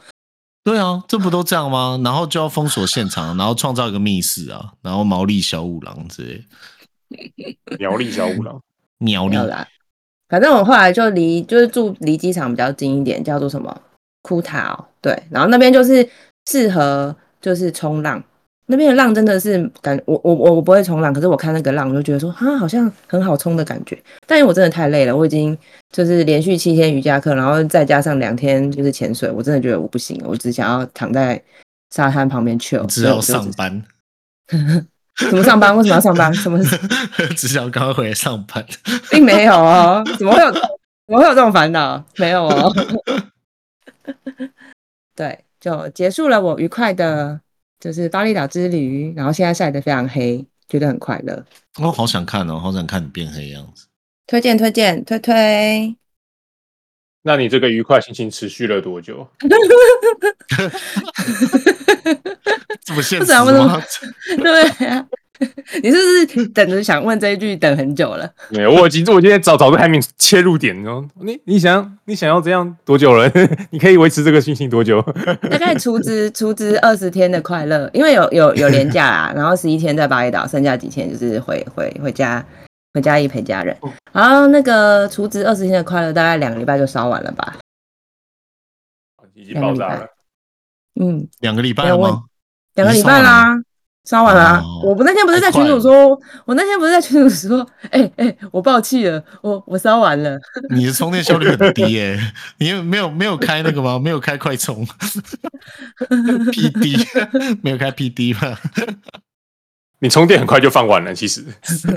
Speaker 1: 对啊，这不都这样吗？然后就要封锁现场，然后创造一个密室啊，然后毛利小五郎之类，
Speaker 3: 苗栗小五郎，
Speaker 1: 鸟
Speaker 2: 没
Speaker 1: 力
Speaker 2: 有啦，反正我后来就离就是住离机场比较近一点，叫做什么库塔哦，对，然后那边就是适合就是冲浪，那边的浪真的是感我我我我不会冲浪，可是我看那个浪我就觉得说啊好像很好冲的感觉，但因为我真的太累了，我已经就是连续七天瑜伽课，然后再加上两天就是潜水，我真的觉得我不行了，我只想要躺在沙滩旁边 chill，
Speaker 1: 只要上班，
Speaker 2: 怎么上班？为什么要上班？什么？
Speaker 1: 只想赶快回来上班。
Speaker 2: 并没有哦，怎么会 有怎么会有这种烦恼？没有哦。 对，就结束了我愉快的就是巴厘岛之旅，然后现在晒得非常黑，觉得很快乐。
Speaker 1: 我、好想看哦，好想看你变黑样 子。
Speaker 2: 推荐推荐推推，
Speaker 3: 那你这个愉快心情持续了多久？
Speaker 1: 这么现
Speaker 2: 不
Speaker 1: 实
Speaker 2: 知道为什
Speaker 1: 吗
Speaker 2: 么？ 对啊， 你是不是等着想问这一句等很久了？
Speaker 3: 没有，我今我今天早早都还没切入点，然后你你想你想要这样多久了？ 你可以维持这个心情多久？
Speaker 2: 大概除值 除值二十天的快乐，因为有有有年假 啦，然后十一天在巴厘岛，剩下几天就是回回回家回家一陪家人。然后那个除值二十天的快乐，大概两个礼拜就烧完了吧？
Speaker 3: 已经爆炸了，
Speaker 2: 嗯，
Speaker 1: 两个礼拜
Speaker 2: 没有
Speaker 1: 了
Speaker 2: 问
Speaker 1: 吗？
Speaker 2: 两个礼拜啦，烧完啦。
Speaker 1: 哦
Speaker 2: 我不那天不是在群主说，我那天不是在群主说， 哎、哎、我爆气了，我我烧完了。
Speaker 1: 你的充电效率很低耶、 你有没有没有开那个吗？没有开 快充，PD 没有开 PD 吧？
Speaker 3: 你充电很快就放完了，其实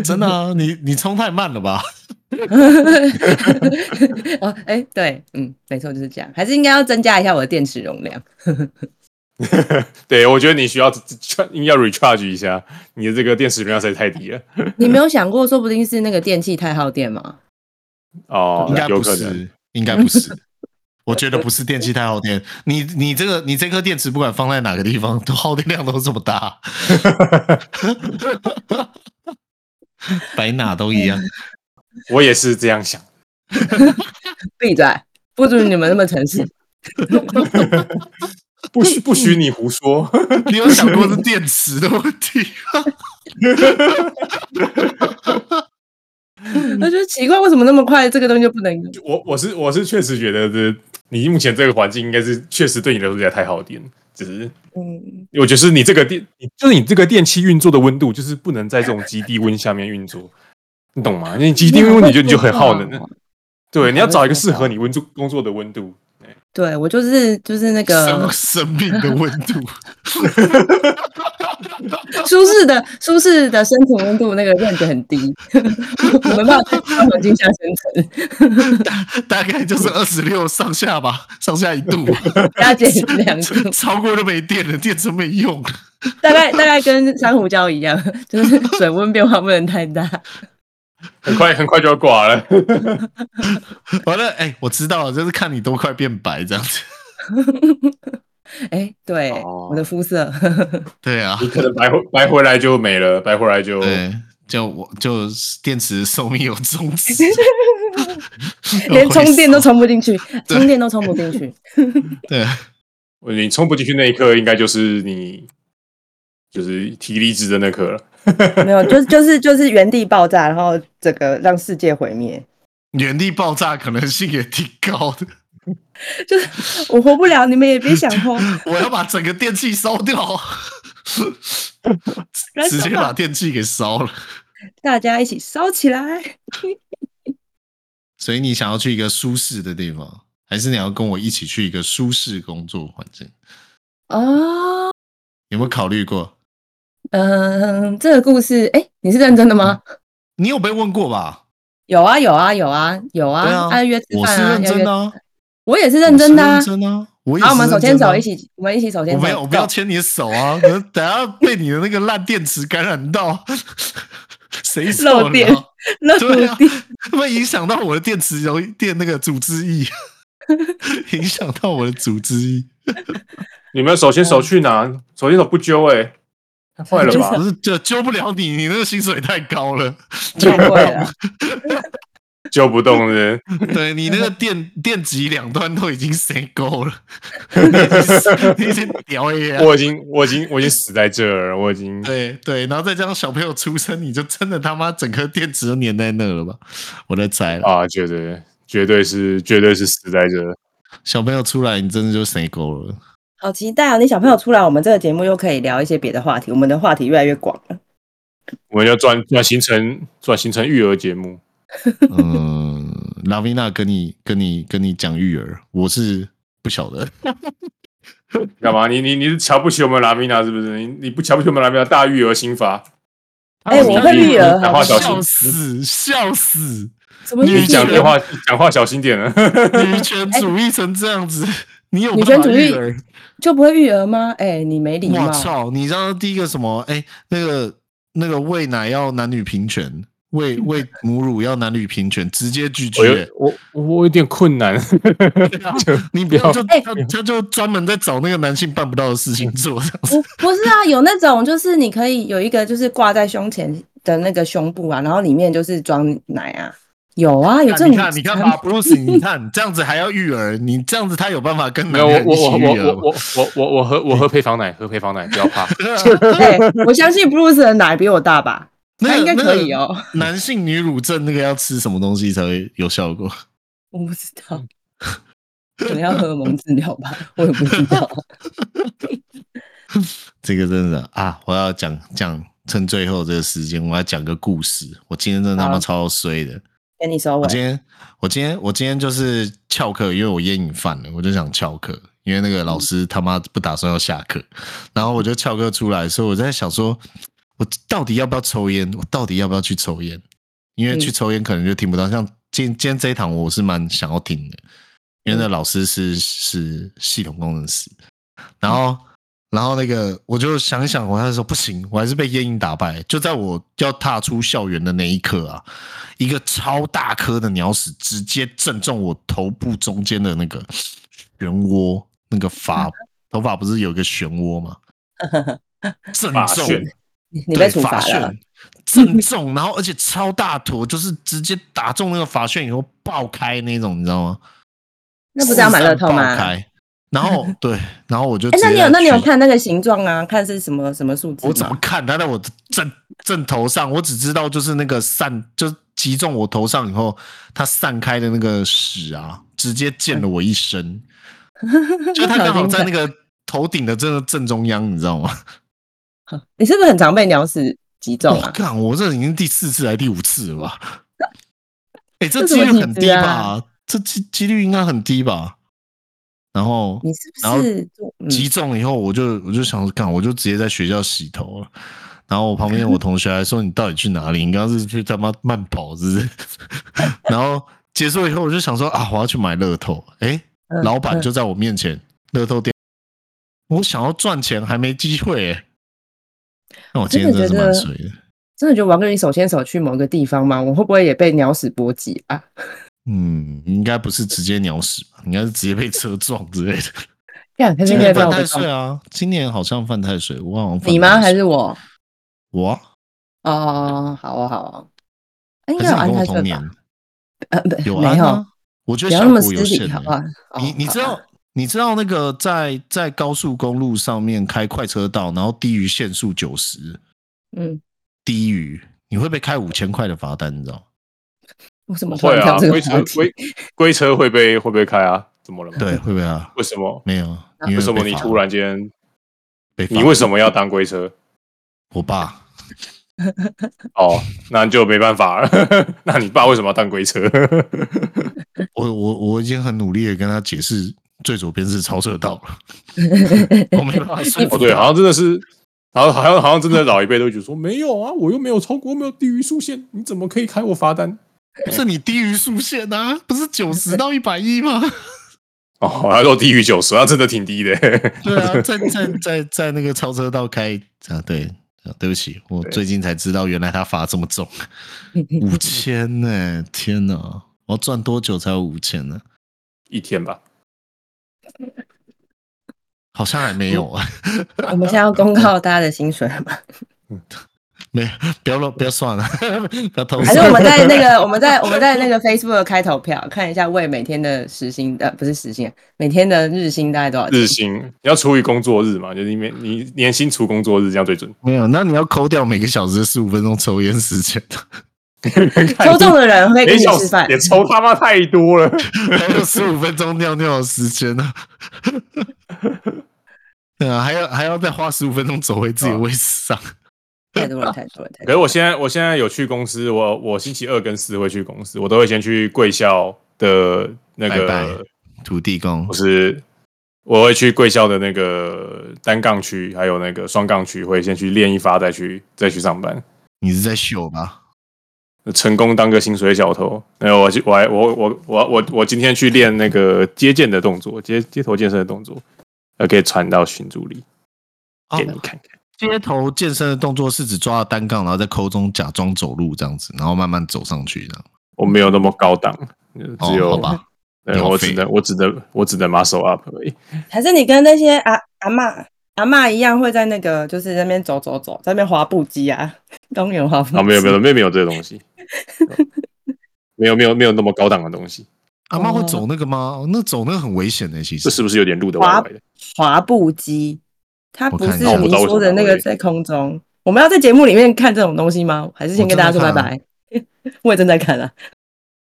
Speaker 1: 真的啊，你你充太慢了吧？
Speaker 2: 哦，哎、对，嗯，没错，就是这样，还是应该要增加一下我的电池容量。
Speaker 3: 对我觉得你需要应要 recharge 一下，你的这个电池容量实在太低了。
Speaker 2: 你没有想过，说不定是那个电器太耗电吗？
Speaker 3: 哦，
Speaker 1: 应该
Speaker 3: 有
Speaker 1: 不
Speaker 3: 可能。
Speaker 1: 是，应该不是。我觉得不是电器太耗电，你你这个你这颗电池不管放在哪个地方，都耗电量都这么大，摆哪都 一样。
Speaker 3: 我也是这样想。
Speaker 2: 闭嘴，不准你们那么诚实。
Speaker 3: 不许不许你胡说！
Speaker 1: 你有想过是电池的问题？
Speaker 2: 我觉得奇怪，为什么那么快这个东西就不能用？
Speaker 3: 我我是我是确实觉得这你目前这个环境应该是确实对你来说有点太耗电，只是
Speaker 2: 嗯，
Speaker 3: 我觉得是你这个电，你就是你这个电器运作的温度，就是不能在这种极低温下面运作，你
Speaker 1: 哦
Speaker 3: 懂吗？因为极低温你就你就很耗能了。对，你要找一个适合你温度工作的温度，
Speaker 2: 对我就是就是那
Speaker 3: 啊
Speaker 2: 个
Speaker 1: 生生命的温度，
Speaker 2: 舒适的舒适的生存温度那个 range 很低， 我没办法在这个环境下生存，
Speaker 1: 大概就是二十六上下吧，上下一 度吧，
Speaker 2: 加减两度，
Speaker 1: 超过就没电了，电池没用。
Speaker 2: 大概大概跟珊瑚礁一样，就是水温变化不能太大。
Speaker 3: 很快很快就要挂了。
Speaker 1: 完了，哎、我知道了，就是看你都快变白这 样子。
Speaker 2: 哎、对，
Speaker 3: 哦
Speaker 2: 我的肤色，
Speaker 1: 对啊，
Speaker 3: 你可能白回白回来就没了，白回来
Speaker 2: 哦
Speaker 3: 就
Speaker 1: 对，就我就电池寿命有终止，
Speaker 2: 连充电都
Speaker 1: 回收
Speaker 2: 充不进去，充电都充不进去。
Speaker 1: 对。
Speaker 3: 你冲不进去那一刻，应该就是你就是提离职的那刻了。
Speaker 2: 没有，就是就是就是原地爆炸，然后整个让世界毁灭。
Speaker 1: 原地爆炸可能性也挺高的，
Speaker 2: 就是我活不了，你们也别想活。
Speaker 1: 我要把整个电器烧 掉，
Speaker 2: 燃烧
Speaker 1: 直
Speaker 2: 吧
Speaker 1: 接把电器给烧了。
Speaker 2: 大家一起烧起来。
Speaker 1: 所以你想要去一个舒适的地方，还是你要跟我一起去一个舒适工作环境？
Speaker 2: 哦，
Speaker 1: 有没有考虑过？
Speaker 2: 嗯，这个故事，哎，你是认真的
Speaker 1: 嗯
Speaker 2: 吗？
Speaker 1: 你有被问过吧？
Speaker 2: 有啊，有啊，有啊，有啊，
Speaker 1: 对啊
Speaker 2: 爱约吃
Speaker 1: 我
Speaker 2: 饭
Speaker 1: 是
Speaker 2: 啊，要
Speaker 1: 认
Speaker 2: 约
Speaker 1: 真的、，啊，
Speaker 2: 我也是认真的啊
Speaker 1: 我是。认真啊，我也
Speaker 2: 好，
Speaker 1: 是
Speaker 2: 我们手牵
Speaker 1: 认真的啊
Speaker 2: 手一。起，我们一起手牵
Speaker 1: 我
Speaker 2: 手。
Speaker 1: 没有，我不要
Speaker 2: 走
Speaker 1: 牵你的手啊！可能等下被你的那个烂电池感染到， 谁受得了
Speaker 2: 漏电乐土
Speaker 1: 对啊
Speaker 2: 地，
Speaker 1: 会影响到我的电池容易电那个组织液， 影响到我的组织液。
Speaker 3: 你们手牵手去哪？手牵手不揪哎、太坏 了吧
Speaker 2: 手牵
Speaker 1: 不？是啊就救不了你，你那个薪水太高了，
Speaker 2: 太贵 了。
Speaker 3: 揪不动的，
Speaker 1: 对你那 个电电极两端都已经塞够了，你已经你已经屌也、
Speaker 3: 我已经我已经我已经死在这儿了，我已经
Speaker 1: 啊对对，然后再加上小朋友出生，你就真的他妈整颗电池都粘在那了吧？我在猜了，
Speaker 3: 啊，绝对绝对是绝对是死在这儿。
Speaker 1: 小朋友出来，你真的就塞够了。
Speaker 2: 好期待哦！你小朋友出来，我们这个节目又可以聊一些别的话题，我们的话题越来越广了。
Speaker 3: 我们要转转型成转型成育儿节目，
Speaker 1: 嗯，拉维娜跟你跟你跟你讲育儿，我是不晓得。
Speaker 3: 干嘛？你你你是瞧不起我们拉米娜是不是？你你不瞧不起我们拉米娜大育儿心法？
Speaker 2: 哎我会育儿
Speaker 3: 讲话小
Speaker 1: 笑
Speaker 3: 心，
Speaker 1: 死，笑死！
Speaker 2: 什么意思？
Speaker 3: 你讲电话讲话小心点啊了。
Speaker 1: 女权主义成这样子，你有
Speaker 2: 女
Speaker 1: 办
Speaker 2: 权
Speaker 1: 法
Speaker 2: 主
Speaker 1: 育
Speaker 2: 义
Speaker 1: 儿？
Speaker 2: 就不会育儿吗？哎、你没礼貌
Speaker 1: 我。操！你知道第一个什么？哎，那个那个喂奶要男女平权，喂喂母乳要男女平权，直接拒
Speaker 3: 我有
Speaker 1: 绝。
Speaker 3: 我我有点困难，就
Speaker 1: 你
Speaker 3: 不
Speaker 1: 不要
Speaker 3: 要
Speaker 1: 就
Speaker 2: 哎
Speaker 1: 他他就专门在找那个男性办不到的事情做，这样子
Speaker 2: 不不是啊，有那种就是你可以有一个就是挂在胸前的那个胸部啊，然后里面就是装奶啊。有啊，有这
Speaker 1: 你
Speaker 2: 种
Speaker 1: 看，你看
Speaker 2: 产
Speaker 1: 吧
Speaker 2: 品，
Speaker 1: ，Bruce，你看这样子还要育儿，你这样子他有办法跟
Speaker 3: 没
Speaker 1: 男
Speaker 3: 有我
Speaker 1: 人一
Speaker 3: 我
Speaker 1: 起
Speaker 3: 我
Speaker 1: 育儿
Speaker 3: 我
Speaker 1: 吗？啊
Speaker 3: 我我我我喝我喝配方奶，喝配方奶，不要怕。啊
Speaker 2: 哎、我相信 Bruce 的奶比我大吧？
Speaker 1: 那
Speaker 2: 他
Speaker 1: 个
Speaker 2: 应该可以。
Speaker 1: 那个
Speaker 2: 哦、
Speaker 1: 男性女乳症那个要吃什么东西才会有效果？
Speaker 2: 我不知道，可能要荷尔蒙治疗吧，我也不知道。
Speaker 1: 这个真的啊，我要讲讲，趁最后这个时间，我要讲个故事。我今天真的他妈
Speaker 2: 好
Speaker 1: 超衰的，
Speaker 2: 跟你收
Speaker 1: 我啊今
Speaker 2: 尾，
Speaker 1: 天我今天我今天就是翘课，因为我烟瘾犯了，我就想翘课，因为那个老师他妈不打算要下课，然后我就翘课出来，所以我在想说，我到底要不要抽烟？我到底要不要去抽烟？因为去
Speaker 2: 嗯
Speaker 1: 抽烟可能就听不到，像今今天这一堂我是蛮想要听的，因为那老师是是系统工程师，然后。然后那个，我就想一想，我那时候不行，我还是被烟瘾打败。就在我要踏出校园的那一刻啊，一个超大颗的鸟屎直接正中我头部中间的那个漩涡，那个
Speaker 2: 嗯
Speaker 1: 发头发不是有一个漩涡吗？正
Speaker 3: 发
Speaker 1: 中，
Speaker 3: 旋
Speaker 2: 你你被
Speaker 1: 对
Speaker 2: 处罚了
Speaker 1: 旋。正中，然后而且超大坨，就是直接打中那个法旋以后爆开那种，你知道吗？
Speaker 2: 那不是要买乐透吗
Speaker 1: 四散爆？开然后对，然后我就
Speaker 2: 哎、那
Speaker 1: 直
Speaker 2: 你
Speaker 1: 接
Speaker 2: 有
Speaker 1: 在
Speaker 2: 那你有
Speaker 1: 学
Speaker 2: 看那个形状啊？看是什么什么数字
Speaker 1: 我怎么
Speaker 2: 吗？
Speaker 1: 看它在我的正正头上？我只知道就是那个散，就是击中我头上以后，它散开的那个屎啊，直接溅了我 一身。就是它刚好在那个头顶的这个正中央，你知道吗？
Speaker 2: 你是不是很常被鸟屎击中
Speaker 1: 我
Speaker 2: 啊？
Speaker 1: 看、我这已经第四次还是第五次了 吧？哎、这
Speaker 2: 这
Speaker 1: 几
Speaker 2: 什么
Speaker 1: 率很
Speaker 2: 体
Speaker 1: 低
Speaker 2: 质
Speaker 1: 吧？
Speaker 2: 啊
Speaker 1: 这几几率应该很低吧？然后
Speaker 2: 你是
Speaker 1: 然后
Speaker 2: 不是就嗯
Speaker 1: 击中以后，我就我就想说，干，我就直接在学校洗头了。然后我旁边我同学还说：“你到底去哪里？你刚刚是去他妈慢跑是不 是？”然后结束以后，我就想说：“啊，我要去买乐透。”诶，
Speaker 2: 嗯
Speaker 1: 老板
Speaker 2: 嗯
Speaker 1: 就在我面前，乐透店，我想要赚钱还没机会、欸。那我今天真的是蛮水的。
Speaker 2: 真的觉得我要跟你手牵手去某个地方吗？我会不会也被鸟屎波及啊？
Speaker 1: 嗯，应该不是直接鸟屎吧？应该是直接被车撞之类的。
Speaker 2: 看，他
Speaker 1: 今
Speaker 2: 现在让
Speaker 1: 年犯
Speaker 2: 我被
Speaker 1: 太
Speaker 2: 撞
Speaker 1: 岁啊！今年好像犯太岁，我好像犯
Speaker 2: 你吗？
Speaker 1: 太岁
Speaker 2: 还是我？
Speaker 1: 我啊？
Speaker 2: 哦，好哦，好哦，应
Speaker 1: 还
Speaker 2: 该有安
Speaker 1: 是你跟我
Speaker 2: 泰
Speaker 1: 同
Speaker 2: 顺
Speaker 1: 年
Speaker 2: 吧？？呃，不，
Speaker 1: 有
Speaker 2: 没
Speaker 1: 安
Speaker 2: 有
Speaker 1: 吗，？我觉
Speaker 2: 不
Speaker 1: 得
Speaker 2: 要
Speaker 1: 效
Speaker 2: 那么
Speaker 1: 果
Speaker 2: 私
Speaker 1: 有
Speaker 2: 底
Speaker 1: 限
Speaker 2: 好
Speaker 1: 欸、
Speaker 2: 不好？哦
Speaker 1: 你你
Speaker 2: 好
Speaker 1: 知
Speaker 2: 吧
Speaker 1: 道你知道那个在在高速公路上面开快车道，然后低于限速九十，
Speaker 2: 嗯，
Speaker 1: 低于你会被开五千块的罚单，你知道吗？
Speaker 2: 为什么突
Speaker 3: 会
Speaker 2: 然
Speaker 3: 啊，
Speaker 2: 跳这个
Speaker 3: 龟
Speaker 2: 话
Speaker 3: 车
Speaker 2: 题？
Speaker 3: 龟龟车会被会被开啊？怎么了吗？
Speaker 1: 对，，会不会啊？
Speaker 3: 为什么？
Speaker 1: 没有，因
Speaker 3: 为什么
Speaker 1: 被
Speaker 3: 你
Speaker 1: 罚
Speaker 3: 突然间？
Speaker 1: 被罚
Speaker 3: 你为什么要当龟车？
Speaker 1: 我爸
Speaker 3: 哦，那就没办法 了。那你爸为什么要当龟车？
Speaker 1: 我我我已经很努力的跟他解释最左边是超 车道了，我没办法说服
Speaker 3: 哦，对，
Speaker 1: 他
Speaker 3: 好像真的是，好像好像好像真的老一辈都觉得说没有啊，我又没有超过，又没有低于速限，你怎么可以开我罚单？
Speaker 1: 不是你低于速限啊，不是九十到一百一吗？
Speaker 3: 哦，好像都低于九十，那真的挺低的。
Speaker 1: 对啊，在在在在那个超车道开啊，对啊，对不起，我
Speaker 3: 对
Speaker 1: 最近才知道原来他罚这 么重，五千呢，天哪！我要赚多久才有五千呢？
Speaker 3: 一天吧，
Speaker 1: 好像还没有啊，
Speaker 2: 我们现在要公告大家的薪水了吗？
Speaker 1: 没不要乱不要算了，不要偷
Speaker 2: 还是
Speaker 1: 算
Speaker 2: 我们在那个我们在我们在那个 Facebook 开投票，看一下为每天的时薪呃不是时薪，每天的日薪大概多少钱？
Speaker 3: 日薪你要除以工作日嘛，就是你每你年薪除工作日这样最准。
Speaker 1: 没有，那你要抠掉每个小时十五分钟抽烟时间，
Speaker 2: 抽中的人会跟
Speaker 3: 每
Speaker 2: 你
Speaker 3: 小
Speaker 2: 吃
Speaker 3: 时
Speaker 2: 饭
Speaker 3: 哎也，抽他妈太多了。
Speaker 1: 还有十五分钟尿尿的时间呢。对啊，还要还要再花十五分钟走回自己
Speaker 2: 啊
Speaker 1: 的位置上。
Speaker 2: 太
Speaker 3: 啊
Speaker 2: 多了太多了太
Speaker 3: 可是
Speaker 2: 多了。
Speaker 3: 我现在我现在有去公司，我我星期二跟四会去公司，我都会先去贵校的那个，
Speaker 1: 拜拜土地公
Speaker 3: 不，是，我会去贵校的那个单杠区，还有那个双杠区，会先去练一发，再去再去上班，
Speaker 1: 你是在秀吧？
Speaker 3: 成功当个薪水小偷。然后我去，我还我我我我我今天去练那个接剑的动作，街街头健身的动作，呃，可以传到群组里
Speaker 1: 哦
Speaker 3: 给你看看。
Speaker 1: 街头健身的动作是指抓到单杠，然后在空中假装走路这样子，然后慢慢走上去这样。
Speaker 3: 我没有那么高档，只有、
Speaker 1: 哦、好吧，
Speaker 3: 对
Speaker 1: 你好
Speaker 3: 我
Speaker 1: 废
Speaker 3: 只能我只能我只能 muscle up 而已。
Speaker 2: 还是你跟那些阿阿嬷阿嬷一样，会在那个就是在那边走走走，在那边滑步机啊，公园滑步 机。
Speaker 3: 啊，没有没有没有没有这个东西， 没有没有没有那么高档的东西，
Speaker 1: 阿妈会走那个吗？哦那走那个很危险的、其
Speaker 3: 这
Speaker 1: 实
Speaker 3: 是不是有点路的歪歪的？
Speaker 2: 滑步机，它
Speaker 1: 我
Speaker 2: 不
Speaker 1: 看
Speaker 2: 是
Speaker 1: 一下
Speaker 2: 您说的
Speaker 3: 我不知道为什么它
Speaker 2: 那个
Speaker 3: 会
Speaker 2: 在空中。我们要在节目里面看这种东西吗？还是先跟大家说
Speaker 1: 我
Speaker 2: 拜
Speaker 1: 正在看
Speaker 3: 啊
Speaker 2: 拜？ 我也正在看啊，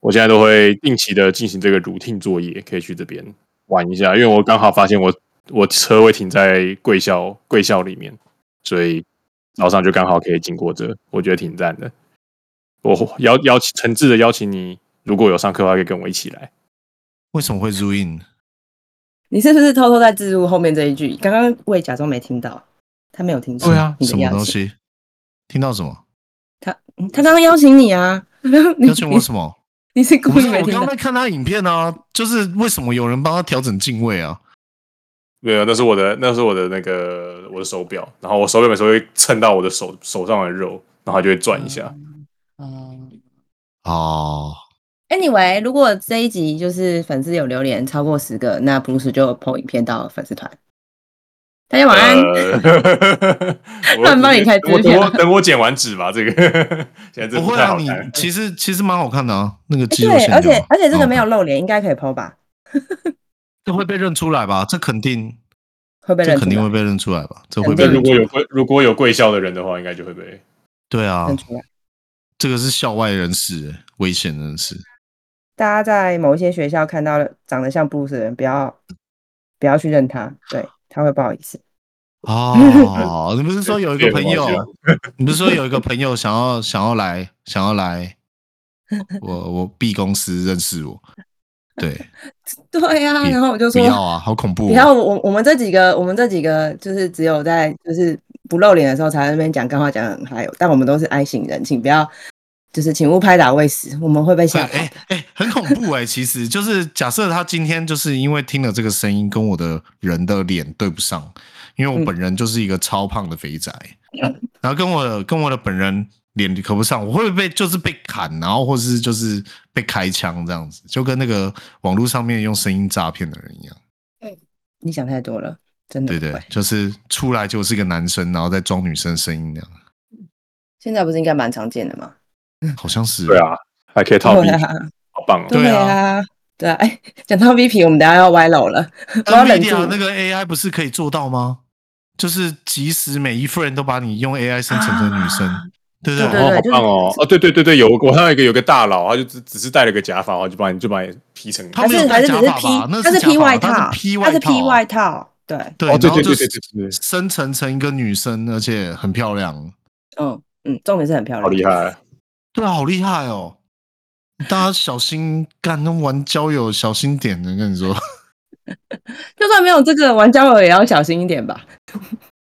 Speaker 3: 我现在都会定期的进行这个 routine 作业，可以去这边玩一下，因为我刚好发现我我车会停在贵校贵校里面，所以早上就刚好可以经过这，我觉得挺赞的。我邀邀请诚挚的邀请你，如果有上课的话，可以跟我一起来。
Speaker 1: 为什么会 zoom in？
Speaker 2: 你是不是偷偷在置入后面这一句？刚刚我也假装没听到，他没有听到。
Speaker 3: 对啊
Speaker 2: 你
Speaker 1: 什
Speaker 2: 的
Speaker 1: 么
Speaker 2: 邀
Speaker 1: 东
Speaker 2: 请
Speaker 1: 西？听到什么？
Speaker 2: 他，嗯他刚刚邀请你 啊，你
Speaker 1: 邀请我什么？
Speaker 2: 你是
Speaker 1: 我
Speaker 2: 故
Speaker 1: 不
Speaker 2: 意
Speaker 1: 是，
Speaker 2: 没
Speaker 1: 我
Speaker 2: 听
Speaker 1: 刚刚
Speaker 2: 到
Speaker 1: 在？看他影片啊，就是为什么有人帮他调整镜位啊？
Speaker 3: 没啊有，那是我的，那是我的那个我的手表，然后我手表每次会蹭到我的手手上的肉，然后它就会转一下。
Speaker 2: 嗯。
Speaker 1: 哦，
Speaker 2: Anyway，如果这一集就是粉丝有留言超过十个，那 Bruce 就 po 影片到粉丝团。大家晚安。
Speaker 1: 呃
Speaker 3: 呃 我
Speaker 2: 乱啊帮你开支
Speaker 3: 我等
Speaker 2: 票
Speaker 3: 我等我剪完纸吧，这个 现在这
Speaker 1: 不会
Speaker 3: 太
Speaker 1: 啊，
Speaker 3: 好
Speaker 1: 你
Speaker 3: 看。
Speaker 1: 其实其实蛮好看的啊，那个肌肉
Speaker 2: 哎对，
Speaker 1: 线条，
Speaker 2: 而且而且这个没有
Speaker 1: 蛮好看，
Speaker 2: 露脸，应该可以 PO 吧？
Speaker 1: 这会被认出来吧？这肯定，
Speaker 2: 会被
Speaker 1: 这
Speaker 2: 认出
Speaker 1: 肯定会
Speaker 2: 来，
Speaker 1: 被认出来吧？这会
Speaker 2: 肯
Speaker 1: 被
Speaker 3: 这
Speaker 2: 定
Speaker 1: 认
Speaker 3: 如
Speaker 1: 出
Speaker 3: 果有贵
Speaker 1: 来，
Speaker 3: 如果有贵校的人的话，应该就会被。
Speaker 1: 对啊
Speaker 2: 认，出来。
Speaker 1: 这个是校外人士，危险人士。
Speaker 2: 大家在某一些学校看到长得像 Bruce 的人，不要不要去认他，对他会不好意思。
Speaker 1: 哦，你不是 说有一个朋友啊
Speaker 3: 这个很好，
Speaker 1: 你不是说有一个朋友想要 想要来想要来我我 B 公司认识我，对，
Speaker 2: 对呀、
Speaker 1: 比
Speaker 2: 然后我就
Speaker 1: 不
Speaker 2: 说
Speaker 1: 要啊，好恐怖、
Speaker 2: 然
Speaker 1: 哦！
Speaker 2: 后我我们这几个，我们这几个就是只有在就是不露脸的时候才在那边讲干话，讲得很嗨。但我们都是 I 型人，请不要，就是请勿拍打喂食，我们会被吓
Speaker 1: 哎
Speaker 2: 跑。
Speaker 1: 哎哎，很恐怖哎、其实就是假设他今天就是因为听了这个声音，跟我的人的脸对不上，因为我
Speaker 2: 嗯
Speaker 1: 本人就是一个超胖的肥宅，然后跟我跟我的本人脸合不上，我会不会被就是被砍，然后或是就是被开枪这样子，就跟那个网络上面用声音诈骗的人一样，
Speaker 2: 你想太多了，真的
Speaker 1: 对
Speaker 2: 不会。
Speaker 1: 对，就是出来就是个男生，然后再装女生声音那样，
Speaker 2: 现在不是应该蛮常见的吗？
Speaker 1: 好像是
Speaker 3: 对，啊，还可以 套币
Speaker 2: 对，啊，
Speaker 3: 好棒哦！
Speaker 2: 对
Speaker 1: 对啊
Speaker 2: 啊，对啊。哎，讲到 V P，我们等一下要歪楼了，我要忍
Speaker 1: NVIDIA
Speaker 2: 住。
Speaker 1: 那个 AI 不是可以做到吗？就是即使每一夫人都把你用 AI 生成成女生，对不对？
Speaker 2: 对
Speaker 3: 哦，好
Speaker 2: 对就是
Speaker 3: 棒哦！哦，对对对对，有我看到一个有个大佬，他就只只是戴了个假发，然后就把你就把你 P 成。
Speaker 1: 他
Speaker 2: 还
Speaker 1: 没
Speaker 2: 是
Speaker 1: 有
Speaker 2: 还
Speaker 1: 戴
Speaker 2: 是只
Speaker 1: 假
Speaker 2: 是
Speaker 1: 发
Speaker 2: P，
Speaker 1: 吧那
Speaker 2: 他
Speaker 1: 是
Speaker 2: 是
Speaker 1: 假
Speaker 2: P
Speaker 1: 发
Speaker 2: 外
Speaker 1: 他
Speaker 2: 套
Speaker 1: 是，P
Speaker 2: 他是
Speaker 1: 外套啊
Speaker 2: P 外套，对，
Speaker 1: 对，
Speaker 3: 哦对
Speaker 1: 然后
Speaker 3: 对
Speaker 1: 就
Speaker 3: 对对对对
Speaker 1: 生成成一个女生，而且很漂亮，
Speaker 2: 嗯嗯，重点是很漂亮，
Speaker 3: 好厉害！
Speaker 1: 对啊，好厉害哦！大家小心干，那玩交友小心点的，跟你说，
Speaker 2: 就算没有这个玩交友，也要小心一点吧。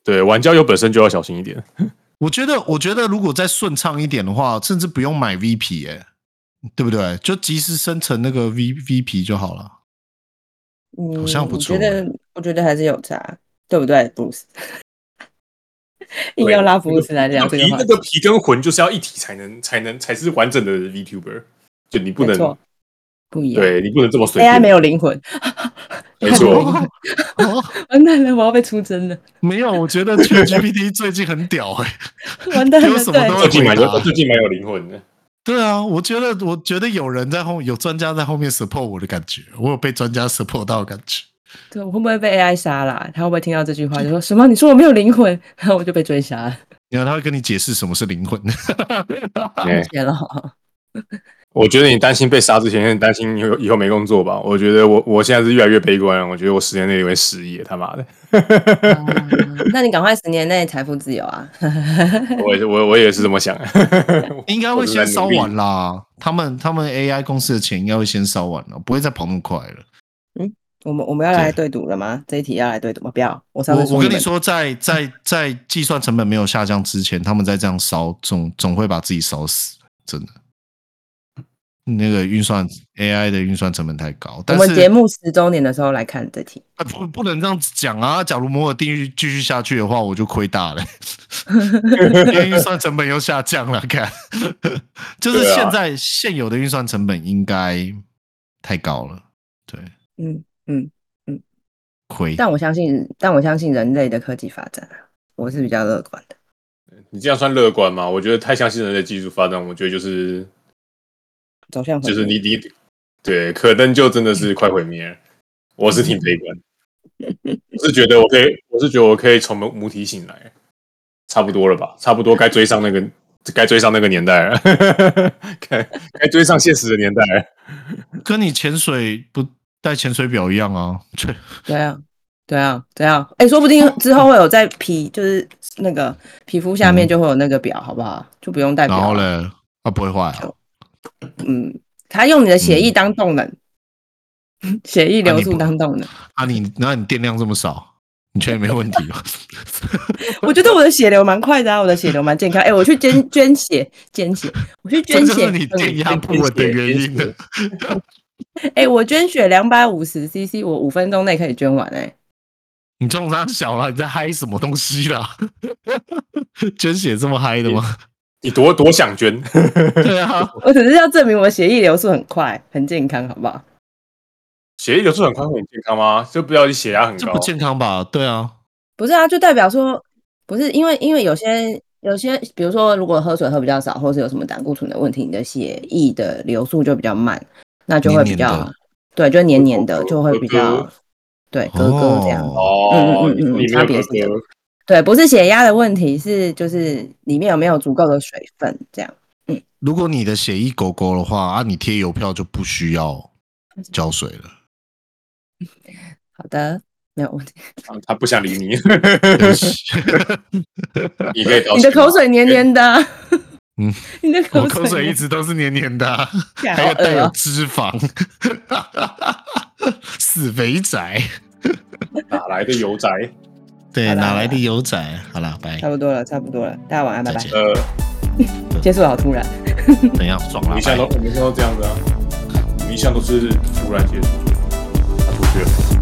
Speaker 3: 对，玩交友本身就要小心一点。
Speaker 1: 我觉得，我觉得如果再顺畅一点的话，甚至不用买 V P 哎、对不对？就及时生成那个 V V P 就好了。
Speaker 2: 嗯，
Speaker 1: 好像不错
Speaker 2: 我觉得，我觉得还是有差，对不对，Bruce？硬
Speaker 3: 对
Speaker 2: 要拉布鲁斯来
Speaker 3: 那
Speaker 2: 聊啊这
Speaker 3: 皮
Speaker 2: 个话
Speaker 3: 那
Speaker 2: 题
Speaker 3: 个，皮跟魂就是要一体才能才能才是完整的 VTuber，就你不
Speaker 2: 没
Speaker 3: 能
Speaker 2: 错，不一样。
Speaker 3: 对你不能这么随便。
Speaker 2: AI 没有灵魂，
Speaker 3: 没错，
Speaker 1: 哦
Speaker 2: 完蛋了，我要被出征了，
Speaker 1: 没有，我觉得 ChatGPT 最近很屌哎、
Speaker 2: 完蛋
Speaker 1: 有
Speaker 2: 了，
Speaker 1: 什么都
Speaker 2: 对，
Speaker 3: 最近蛮
Speaker 1: 回答
Speaker 3: 有最近蛮有灵魂的。
Speaker 1: 对啊，我觉得我觉得有人在后，有专家在后面 support 我的感觉，我有被专家 support 到的感觉。
Speaker 2: 对，我会不会被 AI 杀了啊？他会不会听到这句话就说什么？你说我没有灵魂，然后我就被追杀了，
Speaker 1: 然后他会跟你解释什么是灵魂。
Speaker 3: 哎
Speaker 2: 谢了。
Speaker 3: 我觉得你担心被杀之前，很担心以后以后没工作吧？我觉得我我现在是越来越悲观了，我觉得我十年内会失业，他妈的！
Speaker 2: 啊 那你赶快十年内财富自由啊！
Speaker 3: 我也是我我也是这么想，
Speaker 1: 应该会先烧完啦。他们他们 AI 公司的钱应该会先烧完了，不会再跑那么快了。
Speaker 2: 我们我们要来对赌了吗？这一题要来对赌吗？不要，我上次
Speaker 1: 我我跟
Speaker 2: 你
Speaker 1: 你
Speaker 2: 们
Speaker 1: 说，在在在计算成本没有下降之前，他们再这样烧，总总会把自己烧死，真的。那个运算 AI 的运算成本太高，
Speaker 2: 我
Speaker 1: 但
Speaker 2: 们
Speaker 1: 是
Speaker 2: 节目十周年的时候来看这题。
Speaker 1: 啊不不能这样子讲啊！假如摩尔定律继续下去的话，我就亏大了，因为运算成本又下降了。看， 就是
Speaker 3: 对啊
Speaker 1: 现在、现有的运算成本应该太高了，对，
Speaker 2: 嗯，
Speaker 1: 亏。
Speaker 2: 但我相信，但我相信人类的科技发展啊，我是比较乐观的。
Speaker 3: 你这样算乐观吗？我觉得太相信人类技术发展，我觉得就是
Speaker 2: 走向
Speaker 3: 就是你你对，可能就真的是快毁灭了。我是挺悲 观，我是觉得我可以，我是觉得我可以从母母体醒来，差不多了吧？差不多该追上那个该追上那个年代了，该该追上现实的年代了。
Speaker 1: 跟你潜水不带潜水表一样啊，对，
Speaker 2: 对啊，对啊，对啊。哎、说不定
Speaker 1: 哦
Speaker 2: 之后会有在皮，就是那个皮肤下面就会有那个表，好不好？就不用戴
Speaker 1: 嗯
Speaker 2: 表
Speaker 1: 然
Speaker 2: 哦
Speaker 1: 后
Speaker 2: 了。
Speaker 1: 嘞，啊不会坏啊，
Speaker 2: 嗯，他用你的血
Speaker 1: 嗯
Speaker 2: 液当动能， 血液流速当 动能。
Speaker 1: 啊你那你电量这么少，你确定没问题 吗？
Speaker 2: 我觉得我的血流蛮快的啊，我的血流蛮健康。哎、我去捐捐血，捐血，我去
Speaker 1: 这
Speaker 2: 捐
Speaker 1: 就
Speaker 2: 血。
Speaker 1: 是你电压不稳的原因了。
Speaker 2: 哎、我捐血两百五十 CC，我五分钟内可以捐完哎、
Speaker 1: 你中伤小了，你在嗨什么东西啦？捐血这么嗨的吗？
Speaker 3: 你多多想捐，
Speaker 1: 对啊，
Speaker 2: 我只是要证明我的血液流速很快，很健康，好不好？
Speaker 3: 血液流速很快会很健康吗？就不要你血压很
Speaker 1: 这
Speaker 3: 高
Speaker 1: 不，健康吧？对啊，
Speaker 2: 不是啊，就代表说不是因为因为有些有些，比如说如果喝水喝比较少，或是有什么胆固醇的问题，你的血液的流速就比较慢，那就会比较
Speaker 1: 黏黏的
Speaker 2: 对，就黏黏的
Speaker 3: 咯咯
Speaker 2: 就会比
Speaker 3: 咯
Speaker 2: 较
Speaker 3: 咯
Speaker 2: 对咯咯这样。
Speaker 1: 哦，
Speaker 3: 哦
Speaker 2: 嗯嗯嗯，嗯
Speaker 3: 你
Speaker 2: 差
Speaker 3: 没
Speaker 2: 别
Speaker 3: 有
Speaker 2: 是这样对，不是血压的问题，是就是里面有没有足够的水分这样。
Speaker 1: 如果你的血液狗狗的话，啊，你贴邮票就不需要浇水了。
Speaker 2: 好的，没有问题。
Speaker 3: 他不想理 你，
Speaker 1: 对不起
Speaker 3: 你可以道歉吗
Speaker 2: 你的口水黏黏的啊，
Speaker 1: 嗯
Speaker 2: 你的
Speaker 1: 我
Speaker 2: 口
Speaker 1: 口水一直都是黏黏的啊、
Speaker 2: 干
Speaker 1: 还
Speaker 2: 好
Speaker 1: 有带
Speaker 2: 恶
Speaker 1: 有
Speaker 2: 哦
Speaker 1: 脂肪，死肥宅，
Speaker 3: 哪来的油宅？
Speaker 1: 对，
Speaker 2: 好啦
Speaker 1: 哪来的油仔？好了，拜
Speaker 2: 差，不多了，差不多了，大家晚安，拜
Speaker 1: 再
Speaker 2: 拜。
Speaker 1: 见。
Speaker 3: 呃，
Speaker 2: 结束得好突然，
Speaker 1: 等一下，爽
Speaker 3: 我
Speaker 1: 了
Speaker 3: 们一，向都我们一向都这样子啊，我们一向都是突然结束，他出去了。